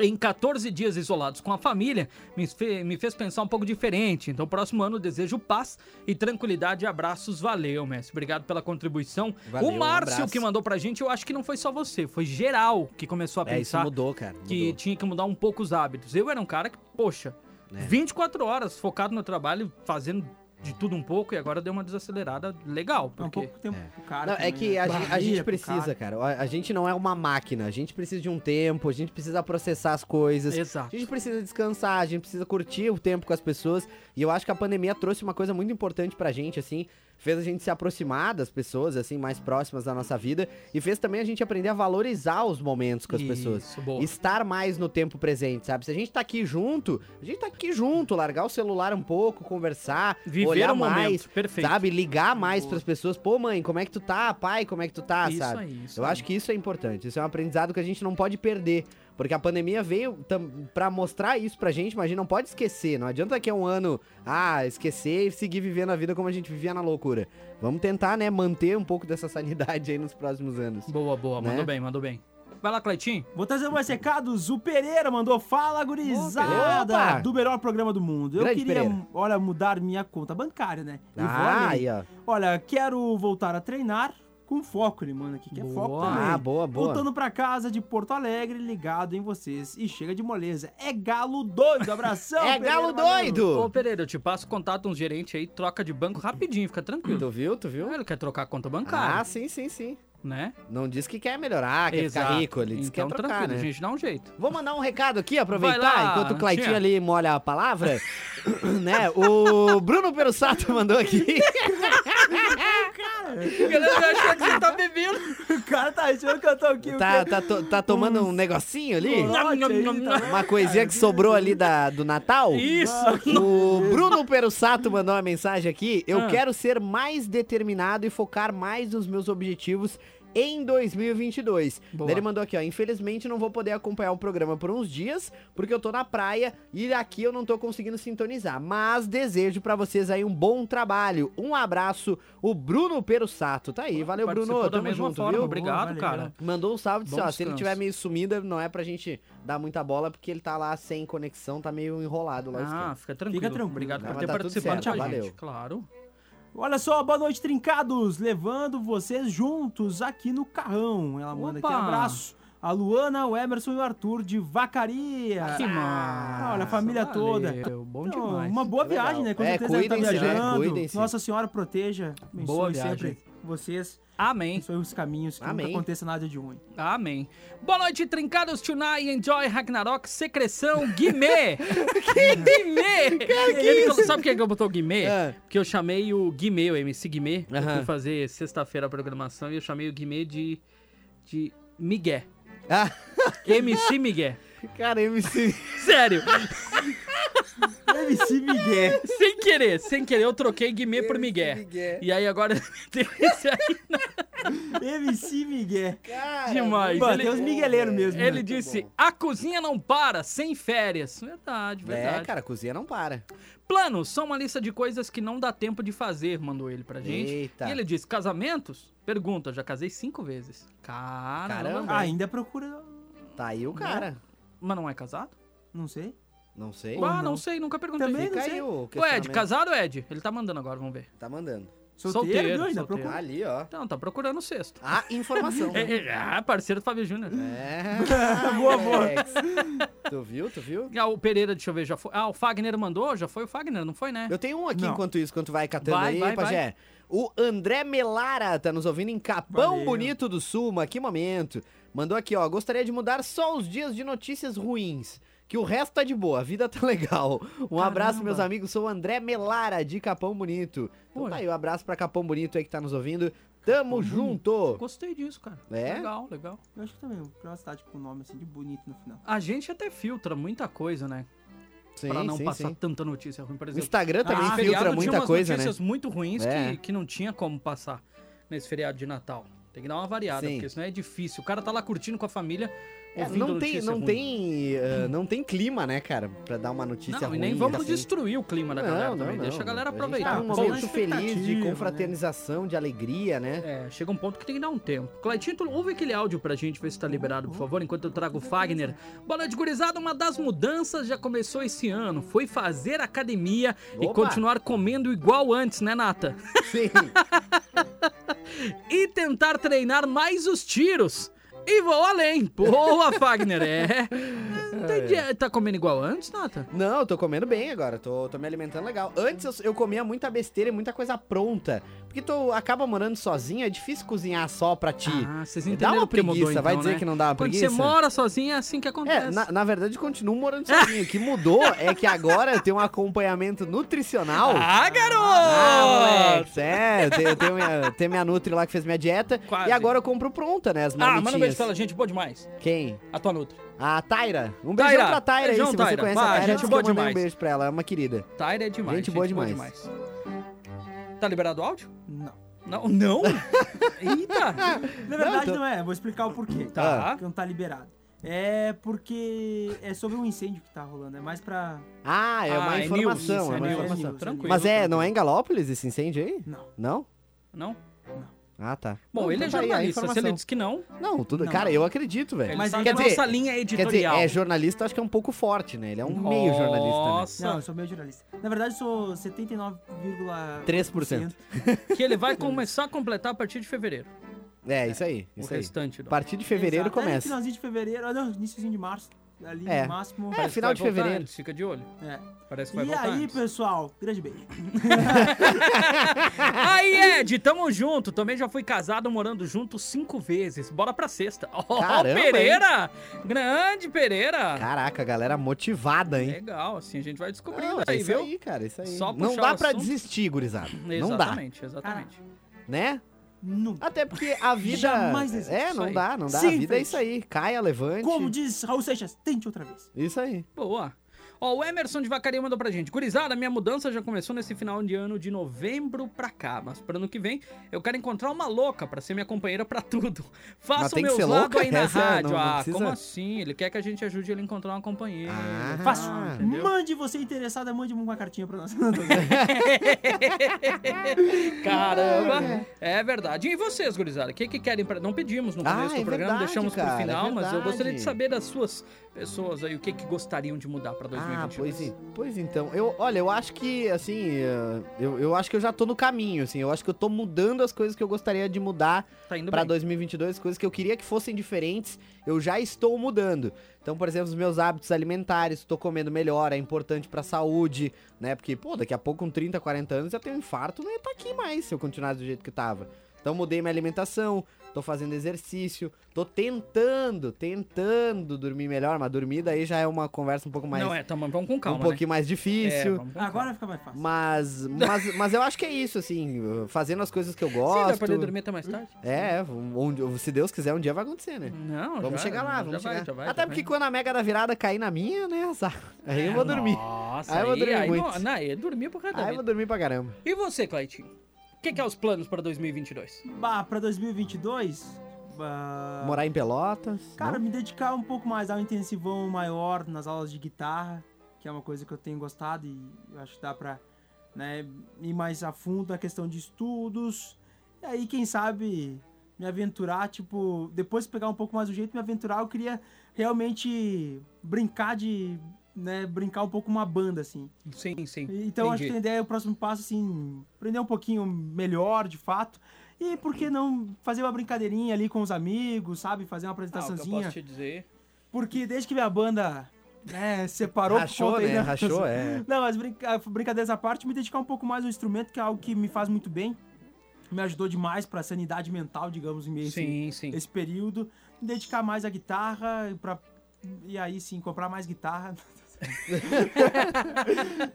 Speaker 2: em 14 dias isolados com a família, me, fe- me fez pensar um pouco diferente. Então, próximo ano, desejo paz e tranquilidade e abraços. Valeu, mestre. Obrigado pela contribuição.
Speaker 3: Valeu,
Speaker 2: o
Speaker 3: um
Speaker 2: Márcio
Speaker 3: abraço.
Speaker 2: que mandou pra gente, eu acho que não foi só você, foi geral que começou a
Speaker 3: É, isso
Speaker 2: pensar
Speaker 3: mudou, cara. Mudou.
Speaker 2: que tinha que mudar um pouco os hábitos. Eu era um cara que, poxa,
Speaker 3: É.
Speaker 2: 24 horas focado no trabalho, fazendo de tudo um pouco, e agora deu uma desacelerada legal.
Speaker 4: É um
Speaker 2: Porque...
Speaker 4: pouco tempo pro cara.
Speaker 3: Não, é
Speaker 4: também,
Speaker 3: que
Speaker 2: um
Speaker 4: né?
Speaker 3: a, gente- a
Speaker 4: Barriga
Speaker 3: gente
Speaker 4: pro
Speaker 3: precisa,
Speaker 4: cara.
Speaker 3: cara. A, a gente não é uma máquina. A gente precisa de um tempo, a gente precisa processar as coisas. A
Speaker 2: Exato.
Speaker 3: gente precisa descansar, a gente precisa curtir o tempo com as pessoas. E eu acho que a pandemia trouxe uma coisa muito importante pra gente, assim. Fez a gente se aproximar das pessoas, assim, mais próximas da nossa vida. E fez também a gente aprender a valorizar os momentos com as pessoas.
Speaker 2: Isso, boa.
Speaker 3: Estar mais no tempo presente, sabe? Se a gente tá aqui junto, a gente tá aqui junto, largar o celular um pouco, conversar,
Speaker 2: Viver
Speaker 3: olhar
Speaker 2: o momento.
Speaker 3: mais,
Speaker 2: Perfeito.
Speaker 3: sabe? Ligar mais
Speaker 4: Boa.
Speaker 3: pras pessoas. Pô, mãe, como é que tu tá? Pai, como é que tu tá,
Speaker 2: Isso
Speaker 3: sabe?
Speaker 2: aí, isso
Speaker 3: Eu
Speaker 2: aí.
Speaker 3: acho que isso é importante. Isso é um aprendizado que a gente não pode perder. Porque a pandemia veio tam- pra mostrar isso pra gente, mas a gente não pode esquecer. Não adianta daqui a um ano, ah, esquecer e seguir vivendo a vida como a gente vivia na loucura. Vamos tentar, né, manter um pouco dessa sanidade aí nos próximos anos.
Speaker 2: Boa, boa.
Speaker 3: Né?
Speaker 2: Mandou bem, mandou bem. Vai lá, Cleitinho.
Speaker 4: Vou trazer mais recados. O Pereira mandou fala, gurizada,
Speaker 3: Opa!
Speaker 4: do melhor programa do mundo. Eu
Speaker 3: Grande
Speaker 4: queria,
Speaker 3: Pereira.
Speaker 4: olha, mudar minha conta bancária, né? E vou
Speaker 3: Ah,
Speaker 4: além.
Speaker 3: aí, ó.
Speaker 4: Olha, quero voltar a treinar com foco, ele manda aqui, que é
Speaker 2: Boa.
Speaker 4: foco também.
Speaker 3: Ah, boa, boa.
Speaker 4: Voltando pra casa de Porto Alegre, ligado em vocês. E chega de moleza. É galo doido, abração.
Speaker 3: é
Speaker 4: Pereira
Speaker 3: galo
Speaker 4: Magrelo.
Speaker 2: Ô,
Speaker 3: doido!
Speaker 2: Pereira, eu te passo contato um gerente aí, troca de banco rapidinho, fica tranquilo.
Speaker 3: Tu viu, tu viu?
Speaker 2: Ele quer trocar a conta
Speaker 3: Ah,
Speaker 2: bancária,
Speaker 3: sim, sim, sim.
Speaker 2: né?
Speaker 3: Não diz que quer melhorar, quer ficar rico, ele diz que
Speaker 2: então,
Speaker 3: quer trocar,
Speaker 2: tranquilo,
Speaker 3: né?
Speaker 2: a gente dá um jeito.
Speaker 3: Vou mandar um recado aqui,
Speaker 2: Vai lá,
Speaker 3: aproveitar, enquanto o Claitinho
Speaker 2: tia.
Speaker 3: ali molha a palavra. né? O Bruno Perussato mandou aqui.
Speaker 2: Galera, vai achar que você tá bebendo.
Speaker 4: O cara tá achando que eu tô aqui. o
Speaker 3: tá,
Speaker 4: quê?
Speaker 3: tá, to- tá tomando um negocinho ali?
Speaker 4: Corote aí, tá vendo?
Speaker 3: Uma coisinha que sobrou ali da, do Natal?
Speaker 2: Isso.
Speaker 3: O Bruno Perussato mandou uma mensagem aqui. Eu
Speaker 2: Ah.
Speaker 3: quero ser mais determinado e focar mais nos meus objetivos em 2022.
Speaker 2: Boa.
Speaker 3: Daí Ele mandou aqui, ó. Infelizmente não vou poder acompanhar o programa por uns dias, porque eu tô na praia e aqui eu não tô conseguindo sintonizar. Mas desejo pra vocês aí um bom trabalho. Um abraço, o Bruno Perussato. Tá aí, valeu,
Speaker 2: Participou
Speaker 3: Bruno.
Speaker 2: da
Speaker 3: Tamo
Speaker 2: mesma
Speaker 3: junto,
Speaker 2: forma,
Speaker 3: viu?
Speaker 2: obrigado,
Speaker 4: Boa,
Speaker 2: cara.
Speaker 4: valeu.
Speaker 3: Mandou um salve, disse,
Speaker 2: Bom
Speaker 3: ó, se ele
Speaker 2: descanso.
Speaker 3: tiver meio sumido, não é pra gente dar muita bola, porque ele tá lá sem conexão, tá meio enrolado lá. o esquema.
Speaker 2: Ah, fica tranquilo.
Speaker 4: Fica tranquilo.
Speaker 2: Obrigado
Speaker 3: Mas
Speaker 2: por ter
Speaker 3: tá tudo
Speaker 2: participado
Speaker 3: certo,
Speaker 2: com a gente.
Speaker 3: valeu.
Speaker 2: Claro.
Speaker 4: Olha só, boa noite, trincados. Levando vocês juntos aqui no carrão. Ela manda aqui
Speaker 2: Opa.
Speaker 4: um abraço. A Luana, o Emerson e o Arthur de Vacaria.
Speaker 2: Que massa,
Speaker 4: Ah, Olha, a família toda.
Speaker 2: valeu, Bom
Speaker 4: Então,
Speaker 2: demais.
Speaker 4: Uma boa
Speaker 3: Legal.
Speaker 4: viagem, né? Com
Speaker 3: É,
Speaker 4: certeza deve estar
Speaker 3: cuidem-se, né?
Speaker 4: viajando.
Speaker 3: Cuidem-se.
Speaker 4: Nossa Senhora proteja.
Speaker 2: Boa
Speaker 4: Abençoe
Speaker 2: viagem.
Speaker 4: sempre vocês.
Speaker 2: Amém.
Speaker 4: Abençoe os caminhos. Que
Speaker 3: Amém.
Speaker 4: nunca aconteça nada de ruim.
Speaker 2: Amém. Boa noite, trincados, Tunai, Enjoy, Ragnarok, Secreção, Guimê. Guimê! Cara, que Ele Falou, sabe por que que eu botou Guimê?
Speaker 3: Ah.
Speaker 2: Porque eu chamei o Guimê, o MC Guimê. Eu
Speaker 3: Aham.
Speaker 2: fui fazer sexta-feira a programação e eu chamei o Guimê de... de Miguel.
Speaker 3: Ah,
Speaker 2: MC Miguel.
Speaker 3: cara, MC.
Speaker 2: Sério.
Speaker 4: MC Miguel.
Speaker 2: Sem querer, sem querer, eu troquei Guimê por Miguel.
Speaker 3: Miguel.
Speaker 2: E aí agora tem esse aí. na-
Speaker 4: MC Miguel.
Speaker 3: Cara,
Speaker 2: Demais.
Speaker 4: Mano,
Speaker 2: Ele-
Speaker 4: tem uns migueleiros mesmo.
Speaker 2: Ele
Speaker 4: né?
Speaker 2: disse: a cozinha não para, sem férias. Verdade, verdade.
Speaker 3: É, cara, a cozinha não para.
Speaker 2: Planos são uma lista de coisas que não dá tempo de fazer, mandou ele pra gente.
Speaker 3: Eita.
Speaker 2: E ele disse: casamentos? Pergunta, já casei cinco vezes. Caramba.
Speaker 3: Caramba.
Speaker 2: Ai,
Speaker 4: Ainda procura.
Speaker 3: Tá aí o cara.
Speaker 2: mas não é casado?
Speaker 4: Não sei.
Speaker 3: Não sei.
Speaker 2: ah, não.
Speaker 4: não.
Speaker 2: sei, nunca perguntei.
Speaker 4: Também
Speaker 3: Fica
Speaker 4: não
Speaker 3: aí
Speaker 4: sei.
Speaker 3: o
Speaker 2: O Ed,
Speaker 3: questionamento.
Speaker 2: casado, Ed? Ele tá mandando agora, vamos ver.
Speaker 3: Tá mandando.
Speaker 4: Solteiro,
Speaker 2: Solteiro,
Speaker 4: viu? Ainda
Speaker 2: solteiro.
Speaker 4: procura.
Speaker 3: Ali, ó.
Speaker 2: Então, tá procurando o sexto.
Speaker 3: A informação.
Speaker 2: É, é, ah, parceiro do Fábio Júnior.
Speaker 3: É.
Speaker 4: Boa, boa.
Speaker 3: Alex. Tu viu, tu viu?
Speaker 2: Ah, o Pereira, deixa eu ver, já foi. Ah, o Fagner mandou? Já foi o Fagner, não foi, né?
Speaker 3: Eu tenho um aqui
Speaker 4: Não.
Speaker 3: enquanto isso, enquanto vai catando
Speaker 2: Vai,
Speaker 3: aí,
Speaker 2: vai, vai.
Speaker 3: Pajé. O André Melara tá nos ouvindo em Capão
Speaker 4: Valeu.
Speaker 3: Bonito do Sul, mas que momento. Mandou aqui, ó. Gostaria de mudar só os dias de notícias ruins. Que o resto tá de boa, a vida tá legal. Um abraço, meus amigos. Sou o André Melara, de Capão Bonito. Então
Speaker 2: Olha.
Speaker 3: tá aí, um abraço pra Capão Bonito aí que tá nos ouvindo. Tamo junto.
Speaker 2: Gostei disso, cara.
Speaker 3: É?
Speaker 2: Legal, legal.
Speaker 4: Eu acho que também. Criar uma cidade com o nome assim de bonito no final.
Speaker 2: A gente até filtra muita coisa, né?
Speaker 3: Sim,
Speaker 2: pra não
Speaker 3: sim,
Speaker 2: passar
Speaker 3: sim.
Speaker 2: tanta notícia ruim, por
Speaker 3: O
Speaker 2: exemplo.
Speaker 3: Instagram também
Speaker 2: Ah,
Speaker 3: filtra
Speaker 2: feriado tinha
Speaker 3: muita
Speaker 2: umas
Speaker 3: coisa, né?
Speaker 2: notícias muito ruins
Speaker 3: É.
Speaker 2: que, que não tinha como passar nesse feriado de Natal. Tem que dar uma variada,
Speaker 3: Sim.
Speaker 2: porque senão é difícil. O cara tá lá curtindo com a família,
Speaker 3: É,
Speaker 2: ouvindo
Speaker 3: não tem,
Speaker 2: notícia
Speaker 3: não
Speaker 2: ruim.
Speaker 3: tem, eh, não tem clima, né, cara, pra dar uma notícia
Speaker 2: Não,
Speaker 3: ruim.
Speaker 2: e nem vamos
Speaker 3: assim.
Speaker 2: destruir o clima da galera também. Deixa a galera
Speaker 3: gente
Speaker 2: aproveitar.
Speaker 3: Tá num
Speaker 4: Pô,
Speaker 2: Bom, né?
Speaker 4: na
Speaker 3: momento feliz de
Speaker 4: expectativa,
Speaker 3: confraternização, de alegria, né?
Speaker 2: É, chega um ponto que tem que dar um tempo. Cleitinho, tu ouve aquele áudio pra gente, ver se tá liberado, por favor, enquanto eu trago o Fagner. Boa noite, gurizada. Uma das mudanças já começou esse ano. Foi fazer academia e
Speaker 3: Opa!
Speaker 2: continuar comendo igual antes, né, Nata?
Speaker 3: Sim.
Speaker 2: E tentar treinar mais os tiros. E vou além. Boa, Fagner. É. Não tem dia- Tá comendo igual antes, Nata?
Speaker 3: Não, eu tô comendo bem agora, tô, tô me alimentando legal. Antes eu, eu comia muita besteira e muita coisa pronta. Porque tu acaba morando sozinho, é difícil cozinhar só pra ti.
Speaker 2: Ah, vocês
Speaker 3: dá
Speaker 2: entenderam
Speaker 3: uma
Speaker 2: porque
Speaker 3: preguiça,
Speaker 2: mudou, então,
Speaker 3: vai dizer
Speaker 2: né?
Speaker 3: que não dá uma
Speaker 2: Quando
Speaker 3: preguiça?
Speaker 2: você mora sozinho, é assim que acontece.
Speaker 3: É, na, na verdade eu continuo morando sozinho. O que mudou é que agora eu tenho um acompanhamento nutricional.
Speaker 2: Ah,
Speaker 3: Ah,
Speaker 2: garoto!
Speaker 3: Alex, é, eu tenho, eu tenho minha, tenho minha Nutri lá que fez minha dieta.
Speaker 2: Quase.
Speaker 3: E agora eu compro pronta, né? As
Speaker 2: Ah, manda um beijo
Speaker 3: marmitinhas.
Speaker 2: pra ela, gente, boa demais.
Speaker 3: Quem?
Speaker 2: A tua Nutri.
Speaker 3: A Taira. Um beijão
Speaker 2: Taira,
Speaker 3: pra Taira
Speaker 2: beijão,
Speaker 3: aí, se
Speaker 2: Taira.
Speaker 3: você conhece
Speaker 2: Bah,
Speaker 3: a Taira.
Speaker 2: gente
Speaker 3: diz que
Speaker 2: boa
Speaker 3: eu mandei
Speaker 2: demais.
Speaker 3: um beijo pra ela, é uma querida.
Speaker 2: Tyra é demais.
Speaker 3: Gente boa demais.
Speaker 2: demais. Tá liberado o áudio?
Speaker 4: Não.
Speaker 2: Não. Não? Eita!
Speaker 4: Na verdade,
Speaker 3: tô-
Speaker 4: não é. Vou explicar o porquê.
Speaker 2: Tá.
Speaker 4: Porque não tá liberado. É porque é sobre um incêndio que tá rolando. É mais pra.
Speaker 3: Ah, é uma
Speaker 2: Ah, é news,
Speaker 3: informação,
Speaker 2: isso
Speaker 3: é
Speaker 2: é
Speaker 3: uma
Speaker 2: news.
Speaker 3: informação.
Speaker 2: Tranquilo.
Speaker 3: Mas é, não é em Galópolis esse incêndio aí?
Speaker 4: Não.
Speaker 3: Não?
Speaker 2: Não?
Speaker 3: Ah, tá.
Speaker 2: Bom,
Speaker 3: Não,
Speaker 2: ele é
Speaker 3: então tá aí a
Speaker 2: jornalista. Se ele
Speaker 3: informação.
Speaker 2: disse que não,
Speaker 3: Não, tudo...
Speaker 4: Não.
Speaker 3: Cara, eu acredito, velho.
Speaker 2: ele
Speaker 4: Mas
Speaker 2: sabe
Speaker 4: quer
Speaker 2: da
Speaker 3: dizer-
Speaker 2: nossa linha
Speaker 3: Quer dizer,
Speaker 2: editorial.
Speaker 3: é jornalista, acho que é um pouco forte, né? Ele é um meio jornalista,
Speaker 2: Nossa,
Speaker 4: Não, eu sou meio jornalista. Na verdade, eu sou 79,3%.
Speaker 3: 3%.
Speaker 2: que ele vai começar a completar a partir de fevereiro.
Speaker 3: né? É, isso aí,
Speaker 2: O
Speaker 3: isso aí.
Speaker 2: restante
Speaker 3: A
Speaker 2: do...
Speaker 3: partir de fevereiro
Speaker 4: Exato. É,
Speaker 3: começa.
Speaker 4: finalzinho de fevereiro, ah, não, iníciozinho de março. Ali,
Speaker 3: É.
Speaker 4: no máximo.
Speaker 3: É, final
Speaker 2: Vai
Speaker 3: de
Speaker 2: voltar
Speaker 3: fevereiro.
Speaker 2: antes, Fica de olho.
Speaker 4: É.
Speaker 2: Parece que vai
Speaker 4: E
Speaker 2: voltar
Speaker 4: aí,
Speaker 2: antes.
Speaker 4: pessoal, grande beijo.
Speaker 2: Aí, Ed, tamo junto. Também já fui casado morando junto cinco vezes. Bora pra sexta. Ó,
Speaker 3: Caramba,
Speaker 2: Pereira! Grande Pereira!
Speaker 3: Caraca, galera motivada, hein?
Speaker 2: Legal, assim, a gente vai
Speaker 3: Não,
Speaker 2: descobrindo
Speaker 3: é
Speaker 2: aí,
Speaker 3: isso
Speaker 2: viu?
Speaker 3: aí, cara, é isso aí.
Speaker 2: Só
Speaker 3: não
Speaker 2: puxar
Speaker 3: dá
Speaker 2: o
Speaker 3: pra
Speaker 2: assunto.
Speaker 3: desistir, gurizada. Não dá,
Speaker 2: Exatamente, exatamente.
Speaker 3: né?
Speaker 4: Nunca.
Speaker 3: Até porque a vida.
Speaker 4: Jamais existe
Speaker 3: É,
Speaker 2: isso
Speaker 3: não
Speaker 2: aí.
Speaker 3: dá, não dá. a
Speaker 4: Sim,
Speaker 3: vida é
Speaker 4: frente.
Speaker 3: isso aí. Caia, levante.
Speaker 4: Como diz Raul Seixas, tente outra vez.
Speaker 3: Isso aí.
Speaker 2: Boa. Ó, o Emerson de Vacaria mandou pra gente. Gurizada, minha mudança já começou nesse final de ano de novembro pra cá. Mas pro ano que vem, eu quero encontrar uma louca pra ser minha companheira pra tudo. Faça o
Speaker 3: tem que
Speaker 2: meu
Speaker 3: ser
Speaker 2: lado
Speaker 3: louca?
Speaker 2: aí na
Speaker 3: Essa não-
Speaker 2: rádio.
Speaker 3: não
Speaker 2: ah,
Speaker 3: precisa?
Speaker 2: como assim? Ele quer que a gente ajude ele a encontrar uma companheira.
Speaker 3: Ah.
Speaker 4: Fácil.
Speaker 2: entendeu?
Speaker 4: Mande você interessada, mande uma cartinha pra nós.
Speaker 2: Caramba! É verdade. E vocês, gurizada? O que, que querem pra... Não pedimos no
Speaker 3: Ah,
Speaker 2: começo
Speaker 3: é
Speaker 2: do programa,
Speaker 3: verdade,
Speaker 2: deixamos
Speaker 3: cara,
Speaker 2: pro
Speaker 3: é
Speaker 2: final, mas eu
Speaker 3: verdade.
Speaker 2: gostaria de saber das suas pessoas aí o que, que gostariam de mudar pra
Speaker 3: Ah,
Speaker 2: 2022.
Speaker 3: pois, e- pois então. Eu, olha, eu acho que, assim, eh, eu, eu acho que eu já tô no caminho, assim. Eu acho que eu tô mudando as coisas que eu gostaria de mudar
Speaker 2: Tá indo
Speaker 3: pra
Speaker 2: bem.
Speaker 3: 2022, coisas que eu queria que fossem diferentes, eu já estou mudando. Então, por exemplo, os meus hábitos alimentares, tô comendo melhor, é importante pra saúde, né? Porque, pô, daqui a pouco, com 30, tá 40 anos, eu tenho um infarto, não ia estar aqui mais se eu continuar do jeito que tava. Então, mudei minha alimentação, tô fazendo exercício, tô tentando, tentando dormir melhor, mas dormir daí já é uma conversa um pouco mais.
Speaker 2: Não, é, tamo, vamos com calma.
Speaker 3: um pouquinho mais
Speaker 2: né? É,
Speaker 3: difícil.
Speaker 2: vamos com calma.
Speaker 4: Agora fica mais fácil.
Speaker 3: Mas, mas, mas eu acho que é isso, assim, fazendo as coisas que eu
Speaker 2: Sim, vai
Speaker 3: gosto.
Speaker 2: poder dormir até mais tarde?
Speaker 3: é, onde, se Deus quiser, um dia vai acontecer, né?
Speaker 2: Não,
Speaker 3: Vamos
Speaker 2: já-
Speaker 3: chegar lá,
Speaker 2: já
Speaker 3: vamos
Speaker 2: vai,
Speaker 3: chegar.
Speaker 2: já vai,
Speaker 3: Até
Speaker 2: já
Speaker 3: porque
Speaker 2: vai. É,
Speaker 3: quando a mega da virada cair na minha, né, azar. Aí eu vou dormir.
Speaker 2: Nossa,
Speaker 3: Aí eu vou dormir
Speaker 2: aí,
Speaker 3: muito.
Speaker 2: não, não, aí eu dormi por causa da
Speaker 3: Aí eu
Speaker 2: vida.
Speaker 3: vou dormir pra caramba.
Speaker 2: E você, Claitinho? O que, que é os planos para 2022?
Speaker 4: Bah, pra 2022. bah,
Speaker 3: Morar em Pelotas.
Speaker 4: Cara,
Speaker 3: não?
Speaker 4: me dedicar um pouco mais a um intensivão maior nas aulas de guitarra, que é uma coisa que eu tenho gostado e eu acho que dá pra né, ir mais a fundo na questão de estudos. E aí, quem sabe, me aventurar, tipo, depois de pegar um pouco mais o jeito, me aventurar, eu queria realmente brincar de. Né, brincar um pouco com uma banda, assim.
Speaker 2: Sim, sim.
Speaker 4: Então acho que a
Speaker 2: Entendi.
Speaker 4: ideia é o próximo passo, assim, aprender um pouquinho melhor, de fato. E por que não fazer uma brincadeirinha ali com os amigos, sabe? Fazer uma
Speaker 2: Ah, o que eu
Speaker 4: apresentaçãozinha.
Speaker 2: posso te dizer...
Speaker 4: Porque desde que minha banda, né, separou... por
Speaker 3: Rachou,
Speaker 4: conta aí
Speaker 3: né?
Speaker 4: da-
Speaker 3: Rachou, é.
Speaker 4: Não, mas brinca... brincadeiras à parte, me dedicar um pouco mais ao instrumento, que é algo que me faz muito bem. Me ajudou demais pra sanidade mental, digamos, em meio a esse-
Speaker 2: Sim, sim.
Speaker 4: esse período. Me dedicar mais à guitarra, pra... e aí sim, comprar mais guitarra.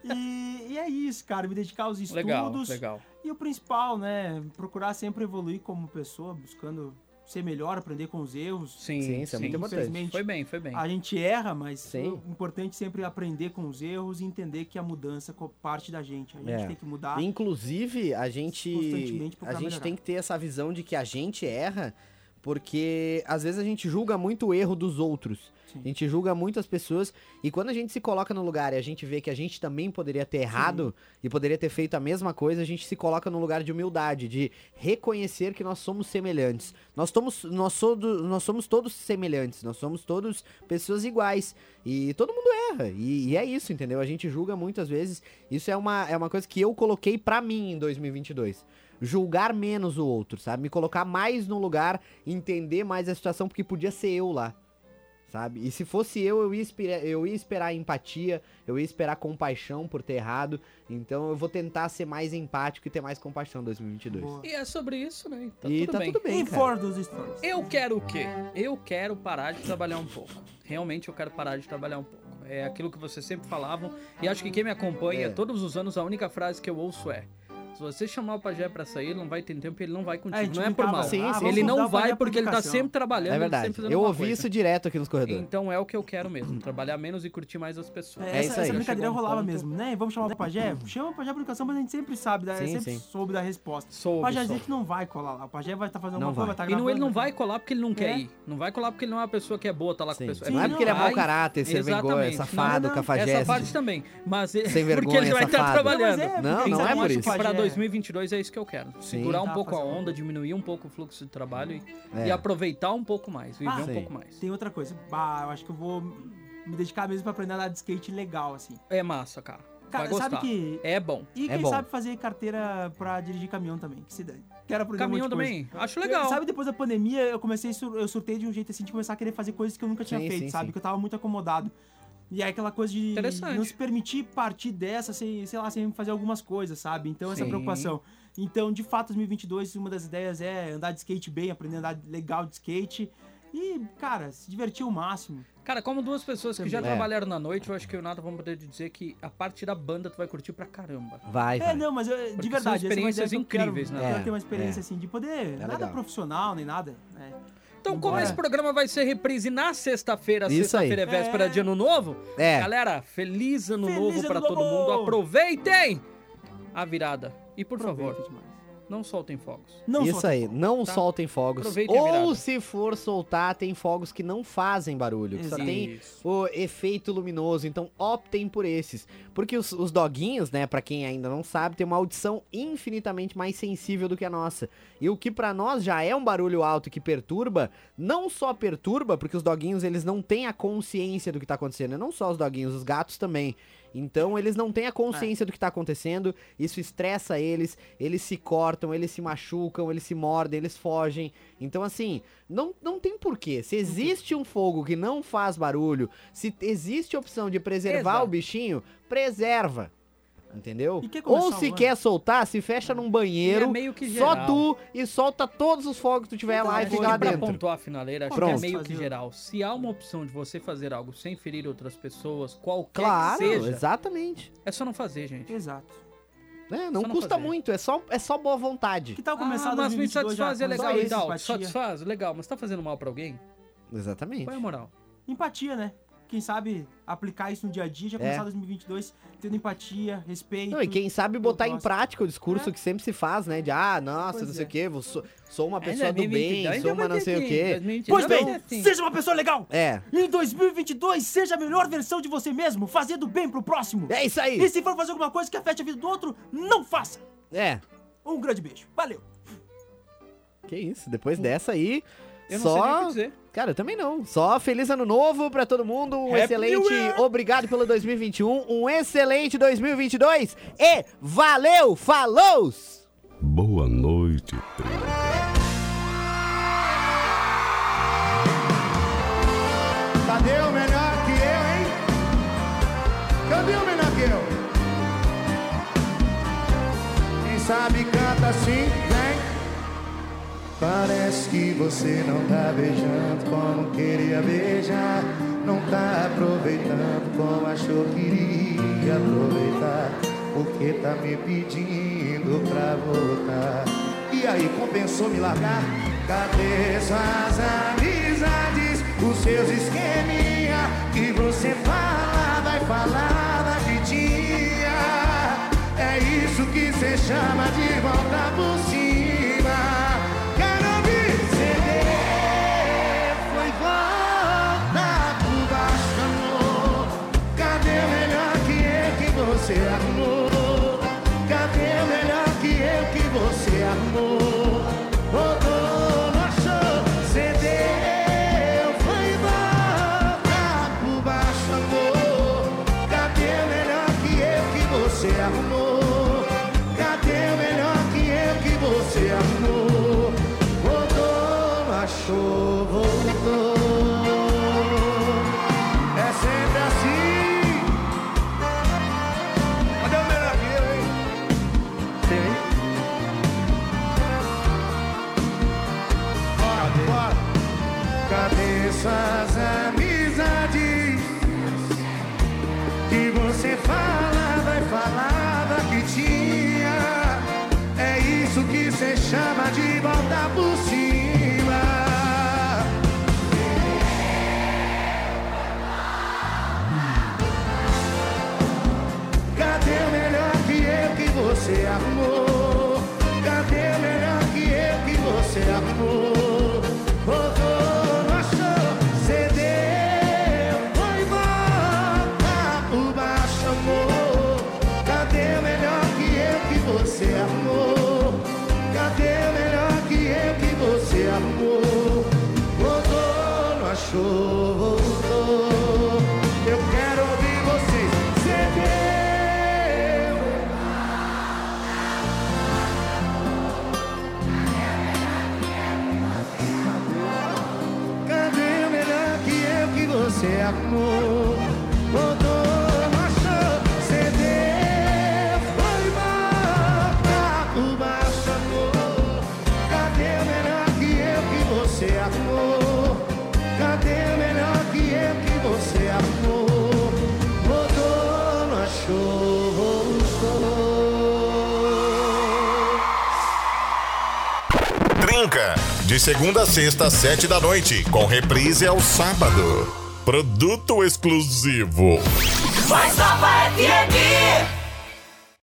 Speaker 4: e, e é isso, cara, me dedicar aos estudos.
Speaker 2: Legal, legal.
Speaker 4: E o principal, né, procurar sempre evoluir como pessoa, buscando ser melhor, aprender com os erros.
Speaker 2: Sim,
Speaker 3: Sim,
Speaker 2: sim.
Speaker 3: isso é muito importante.
Speaker 2: Foi bem, foi bem.
Speaker 4: A gente erra, mas
Speaker 3: Sim.
Speaker 4: o importante é sempre aprender com os erros e entender que a mudança co- parte da gente. A gente
Speaker 3: É.
Speaker 4: tem que mudar.
Speaker 3: Inclusive, a gente
Speaker 4: Constantemente
Speaker 3: a
Speaker 4: procurar
Speaker 3: gente
Speaker 4: melhorar.
Speaker 3: tem que ter essa visão de que a gente erra, porque às vezes a gente julga muito o erro dos outros.
Speaker 4: Sim.
Speaker 3: A gente julga muito as pessoas e quando a gente se coloca no lugar e a gente vê que a gente também poderia ter errado e poderia ter feito a mesma coisa, a gente se coloca no lugar de humildade, de reconhecer que nós somos semelhantes. Nós somos nós, sodo- nós somos todos semelhantes, nós somos todos pessoas iguais e todo mundo erra. E, e é isso, entendeu? A gente julga muitas vezes isso é uma, é uma coisa que eu coloquei pra mim em 2022. Julgar menos o outro, sabe? Me colocar mais no lugar, entender mais a situação, porque podia ser eu lá, sabe? E se fosse eu, eu ia, espera- eu ia esperar empatia, eu ia esperar compaixão por ter errado. Então eu vou tentar ser mais empático e ter mais compaixão em 2022.
Speaker 4: Boa.
Speaker 2: E é sobre isso, né? Tá
Speaker 3: e
Speaker 2: tudo
Speaker 3: tá
Speaker 2: bem.
Speaker 3: tudo bem,
Speaker 4: Quem
Speaker 3: cara.
Speaker 4: for dos stories.
Speaker 2: Eu quero o quê? Eu quero parar de trabalhar um pouco. Realmente eu quero parar de trabalhar um pouco. É aquilo que vocês sempre falavam. E acho que quem me acompanha
Speaker 3: É.
Speaker 2: todos os anos, a única frase que eu ouço é: Se você chamar o Pajé pra sair, ele não vai ter tempo, ele não vai
Speaker 4: É, a
Speaker 2: contigo.
Speaker 4: gente
Speaker 2: não é por
Speaker 4: brincava,
Speaker 2: mal.
Speaker 3: Sim,
Speaker 4: ah,
Speaker 3: sim.
Speaker 4: vamos
Speaker 2: Ele
Speaker 4: mudar
Speaker 2: não
Speaker 4: o Bahia
Speaker 2: vai
Speaker 4: por
Speaker 2: porque ele tá
Speaker 4: educação.
Speaker 2: sempre trabalhando,
Speaker 3: É
Speaker 2: ele
Speaker 3: verdade.
Speaker 2: sempre fazendo
Speaker 3: Eu
Speaker 2: alguma
Speaker 3: ouvi
Speaker 2: coisa.
Speaker 3: isso direto aqui nos corredores.
Speaker 2: Então é o que eu quero mesmo, trabalhar menos e curtir mais as pessoas.
Speaker 4: É,
Speaker 3: É
Speaker 4: essa,
Speaker 3: isso aí.
Speaker 4: essa brincadeira
Speaker 2: Chegou um
Speaker 4: rolava
Speaker 2: ponto-
Speaker 4: mesmo, né? Vamos chamar o pajé? Chama o pajé pra educação, mas a gente sempre sabe, da,
Speaker 3: Sim,
Speaker 4: sempre
Speaker 3: sim.
Speaker 4: soube da resposta. O
Speaker 2: Soube,
Speaker 4: pajé
Speaker 2: soube.
Speaker 4: disse que não vai colar lá. O pajé vai estar fazendo
Speaker 3: Não
Speaker 4: alguma coisa, vai estar
Speaker 2: E não, ele não
Speaker 4: gravando.
Speaker 2: vai colar porque ele não quer
Speaker 4: É.
Speaker 2: ir. Não vai colar porque ele não é uma pessoa que é boa, tá lá com
Speaker 3: Sim.
Speaker 2: a pessoa.
Speaker 3: não é
Speaker 4: Sim,
Speaker 3: porque ele é
Speaker 2: vai-
Speaker 3: mau caráter, ser
Speaker 2: Exatamente.
Speaker 3: vergonha, é safado,
Speaker 4: Não, não,
Speaker 3: cafajeste. assim.
Speaker 2: Essa parte também. Mas ele-
Speaker 3: Sem
Speaker 2: porque ele
Speaker 3: vergonha,
Speaker 2: vai estar
Speaker 3: safado.
Speaker 4: mas
Speaker 2: trabalhando.
Speaker 4: é,
Speaker 3: Não,
Speaker 4: porque
Speaker 3: não
Speaker 4: sabe
Speaker 3: é por
Speaker 4: que o
Speaker 3: isso.
Speaker 4: pajé-
Speaker 2: Para 2022 é isso que eu quero. Segurar um
Speaker 4: Tá,
Speaker 2: pouco a
Speaker 4: fazer uma
Speaker 2: onda,
Speaker 4: boa.
Speaker 2: diminuir um pouco o fluxo de trabalho e-
Speaker 3: É.
Speaker 2: e aproveitar um pouco mais, viver
Speaker 4: Ah,
Speaker 2: um
Speaker 3: sim.
Speaker 2: pouco mais.
Speaker 4: Tem outra coisa. Bah, eu acho que eu vou me dedicar mesmo pra aprender a andar de skate legal, assim.
Speaker 2: É massa, cara. Vai
Speaker 4: Cara, sabe
Speaker 2: gostar.
Speaker 4: que.
Speaker 2: É bom.
Speaker 4: E
Speaker 3: É
Speaker 4: quem
Speaker 3: bom.
Speaker 4: sabe fazer carteira pra dirigir caminhão também, que se dane. Quero aprender um
Speaker 2: Caminhão
Speaker 4: monte de coisa.
Speaker 2: também. Acho legal.
Speaker 4: Sabe, depois da pandemia, eu comecei, sur- eu surtei de um jeito assim de começar a querer fazer coisas que eu nunca tinha
Speaker 3: Sim,
Speaker 4: feito,
Speaker 3: sim,
Speaker 4: sabe?
Speaker 3: sim.
Speaker 4: Que eu tava muito acomodado. E aí aquela coisa de
Speaker 2: Interessante.
Speaker 4: não se permitir partir dessa sem, sei lá, sem fazer algumas coisas, sabe? Então essa
Speaker 2: Sim.
Speaker 4: preocupação. Então, de fato, 2022, uma das ideias é andar de skate bem, aprender a andar legal de skate. E, cara, se divertir o máximo.
Speaker 2: Cara, como duas pessoas que já
Speaker 3: É.
Speaker 2: trabalharam na noite, eu acho que eu e o Nada vamos poder te dizer que a parte da banda tu vai curtir pra caramba.
Speaker 3: Vai,
Speaker 4: É,
Speaker 3: vai.
Speaker 4: não, mas eu,
Speaker 2: Porque
Speaker 4: de
Speaker 2: são
Speaker 4: verdade, essa é uma ideia
Speaker 2: experiências
Speaker 4: que eu quero-
Speaker 2: incríveis, né?
Speaker 4: Eu quero
Speaker 3: É,
Speaker 4: ter uma
Speaker 3: é.
Speaker 4: experiência assim, de poder. nada
Speaker 3: legal.
Speaker 4: profissional, nem nada. né?
Speaker 2: Então, como
Speaker 4: Bora.
Speaker 2: esse programa vai ser reprise na sexta-feira,
Speaker 3: Isso aí.
Speaker 2: sexta-feira é véspera
Speaker 4: É.
Speaker 2: de ano novo,
Speaker 3: É.
Speaker 2: Galera, feliz ano
Speaker 4: Feliz
Speaker 2: novo
Speaker 4: ano
Speaker 2: pra todo
Speaker 4: novo!
Speaker 2: mundo. Aproveitem a virada. E por
Speaker 4: Aproveita
Speaker 2: favor,
Speaker 4: demais.
Speaker 2: não soltem fogos.
Speaker 4: Não
Speaker 3: Isso
Speaker 4: só-
Speaker 3: aí, não
Speaker 2: tá?
Speaker 3: soltem fogos.
Speaker 2: Aproveitem a
Speaker 3: Ou
Speaker 2: virada.
Speaker 3: se for soltar, tem fogos que não fazem barulho, que só
Speaker 4: Exato.
Speaker 3: tem o efeito luminoso, então optem por esses. Porque os, os doguinhos, né, pra quem ainda não sabe, tem uma audição infinitamente mais sensível do que a nossa. E o que pra nós já é um barulho alto que perturba, não só perturba, porque os doguinhos eles não têm a consciência do que tá acontecendo, né? não só os doguinhos, os gatos também. Então eles não têm a
Speaker 2: É.
Speaker 3: consciência do que tá acontecendo, isso estressa eles, eles se cortam, eles se machucam, eles se mordem, eles fogem. Então assim, não, não tem porquê. Se existe um fogo que não faz barulho, se existe a opção de preservar
Speaker 2: Exato.
Speaker 3: o bichinho, preserva. Entendeu?
Speaker 4: E quer começar
Speaker 3: Ou
Speaker 4: o
Speaker 3: se
Speaker 4: ano?
Speaker 3: quer soltar, se fecha num banheiro,
Speaker 2: É meio que
Speaker 3: só
Speaker 2: geral.
Speaker 3: tu, e solta todos os fogos que tu tiver lá e
Speaker 4: Verdade.
Speaker 3: fica lá
Speaker 2: pra
Speaker 3: dentro.
Speaker 2: pontuar a finaleira, acho que
Speaker 3: Pronto.
Speaker 2: é meio que
Speaker 4: Fazer o-
Speaker 2: geral. Se há uma opção de você fazer algo sem ferir outras pessoas, qualquer
Speaker 3: Claro,
Speaker 2: é que seja,
Speaker 3: exatamente.
Speaker 2: é só não fazer, gente.
Speaker 4: Exato.
Speaker 3: É, não
Speaker 2: Só não
Speaker 3: custa
Speaker 2: fazer.
Speaker 3: muito, é só, é só boa vontade.
Speaker 4: Que tal começar
Speaker 2: ah, mas me
Speaker 4: 2022 já
Speaker 2: satisfaz, é
Speaker 4: com
Speaker 2: legal
Speaker 4: só
Speaker 2: e
Speaker 4: isso,
Speaker 2: tal.
Speaker 4: empatia?
Speaker 2: Satisfaz, legal, mas tá fazendo mal pra alguém?
Speaker 3: Exatamente.
Speaker 2: Qual é a moral?
Speaker 4: Empatia, né? Quem sabe aplicar isso no dia a dia, já
Speaker 3: É.
Speaker 4: começar 2022 tendo empatia, respeito.
Speaker 3: Não, e quem sabe botar em
Speaker 4: gosto.
Speaker 3: prática o discurso
Speaker 4: É.
Speaker 3: que sempre se faz, né? De, ah, nossa,
Speaker 4: Pois
Speaker 3: não sei
Speaker 4: é.
Speaker 3: o quê, vou- sou, sou uma pessoa
Speaker 2: Ainda
Speaker 3: do bem,
Speaker 2: 2022
Speaker 3: sou uma
Speaker 2: vai
Speaker 3: não
Speaker 2: ter
Speaker 3: sei o
Speaker 2: que- né?
Speaker 3: quê.
Speaker 2: 2022
Speaker 4: Pois bem,
Speaker 3: né?
Speaker 2: vai ter que-
Speaker 4: seja uma pessoa legal!
Speaker 3: É,
Speaker 4: Em 2022, seja a melhor versão de você mesmo, fazendo bem pro próximo.
Speaker 3: é isso aí.
Speaker 4: E se for fazer alguma coisa que afete a vida do outro, não faça!
Speaker 3: É,
Speaker 4: Um grande beijo. Valeu!
Speaker 3: que isso, depois dessa aí...
Speaker 2: Hum. Eu não sei nem o
Speaker 3: Só,
Speaker 2: que dizer.
Speaker 3: cara, eu também não. Só feliz ano novo pra todo mundo. Um
Speaker 4: Happy
Speaker 3: excelente,
Speaker 4: New Year!
Speaker 3: obrigado pelo 2021. Um excelente 2022 e valeu, falou!
Speaker 9: Boa noite, Trinca.
Speaker 6: Tadeu melhor que eu, hein? Cadê o melhor que eu? Quem sabe canta assim, vem. Parece que você não tá beijando como queria beijar. Não tá aproveitando como achou que iria aproveitar. Porque tá me pedindo pra voltar. E aí, compensou me largar? Cadê suas amizades? Os seus esqueminha que você fala, vai falar daqui dia. É isso que cê chama de volta por cima. Quero me ceder, foi volta por baixo, amor. Cadê o melhor que eu que você arrumou? Cadê o melhor que eu que você arrumou? Rodou, não achou, cedeu, foi volta por baixo, amor. Cadê o melhor que eu que você arrumou? Cadê o melhor que eu que você arrumou? Voltou, não achou, voltou. É sempre assim. Cadê o melhor que eu, hein? Tem aí? Bora, bora. Cadê suas amizades? que você fala, vai falar daqui dia. É isso que cê chama de volta por cima. Cadê o melhor que eu que você arrumou? Cadê o melhor que eu que você arrumou? Rodou, não achou, cedeu, foi volta por baixo, amor. Cadê o melhor que eu que você arrumou? Cadê o melhor que eu que você arrumou? Voltou, não achou, voltou. Eu quero ouvir vocês. Cedeu. Cadê o melhor que eu que você amou? Voltou, macho, cedeu, foi morta por baixo, amor. Cadê o melhor que eu que você amou? Cadê o melhor que eu que você amou? Voltou, não achou, voltou.
Speaker 7: Trinca. De segunda a sexta, às sete da noite. Com reprise ao sábado. Produto exclusivo.
Speaker 5: Voz Nova FM.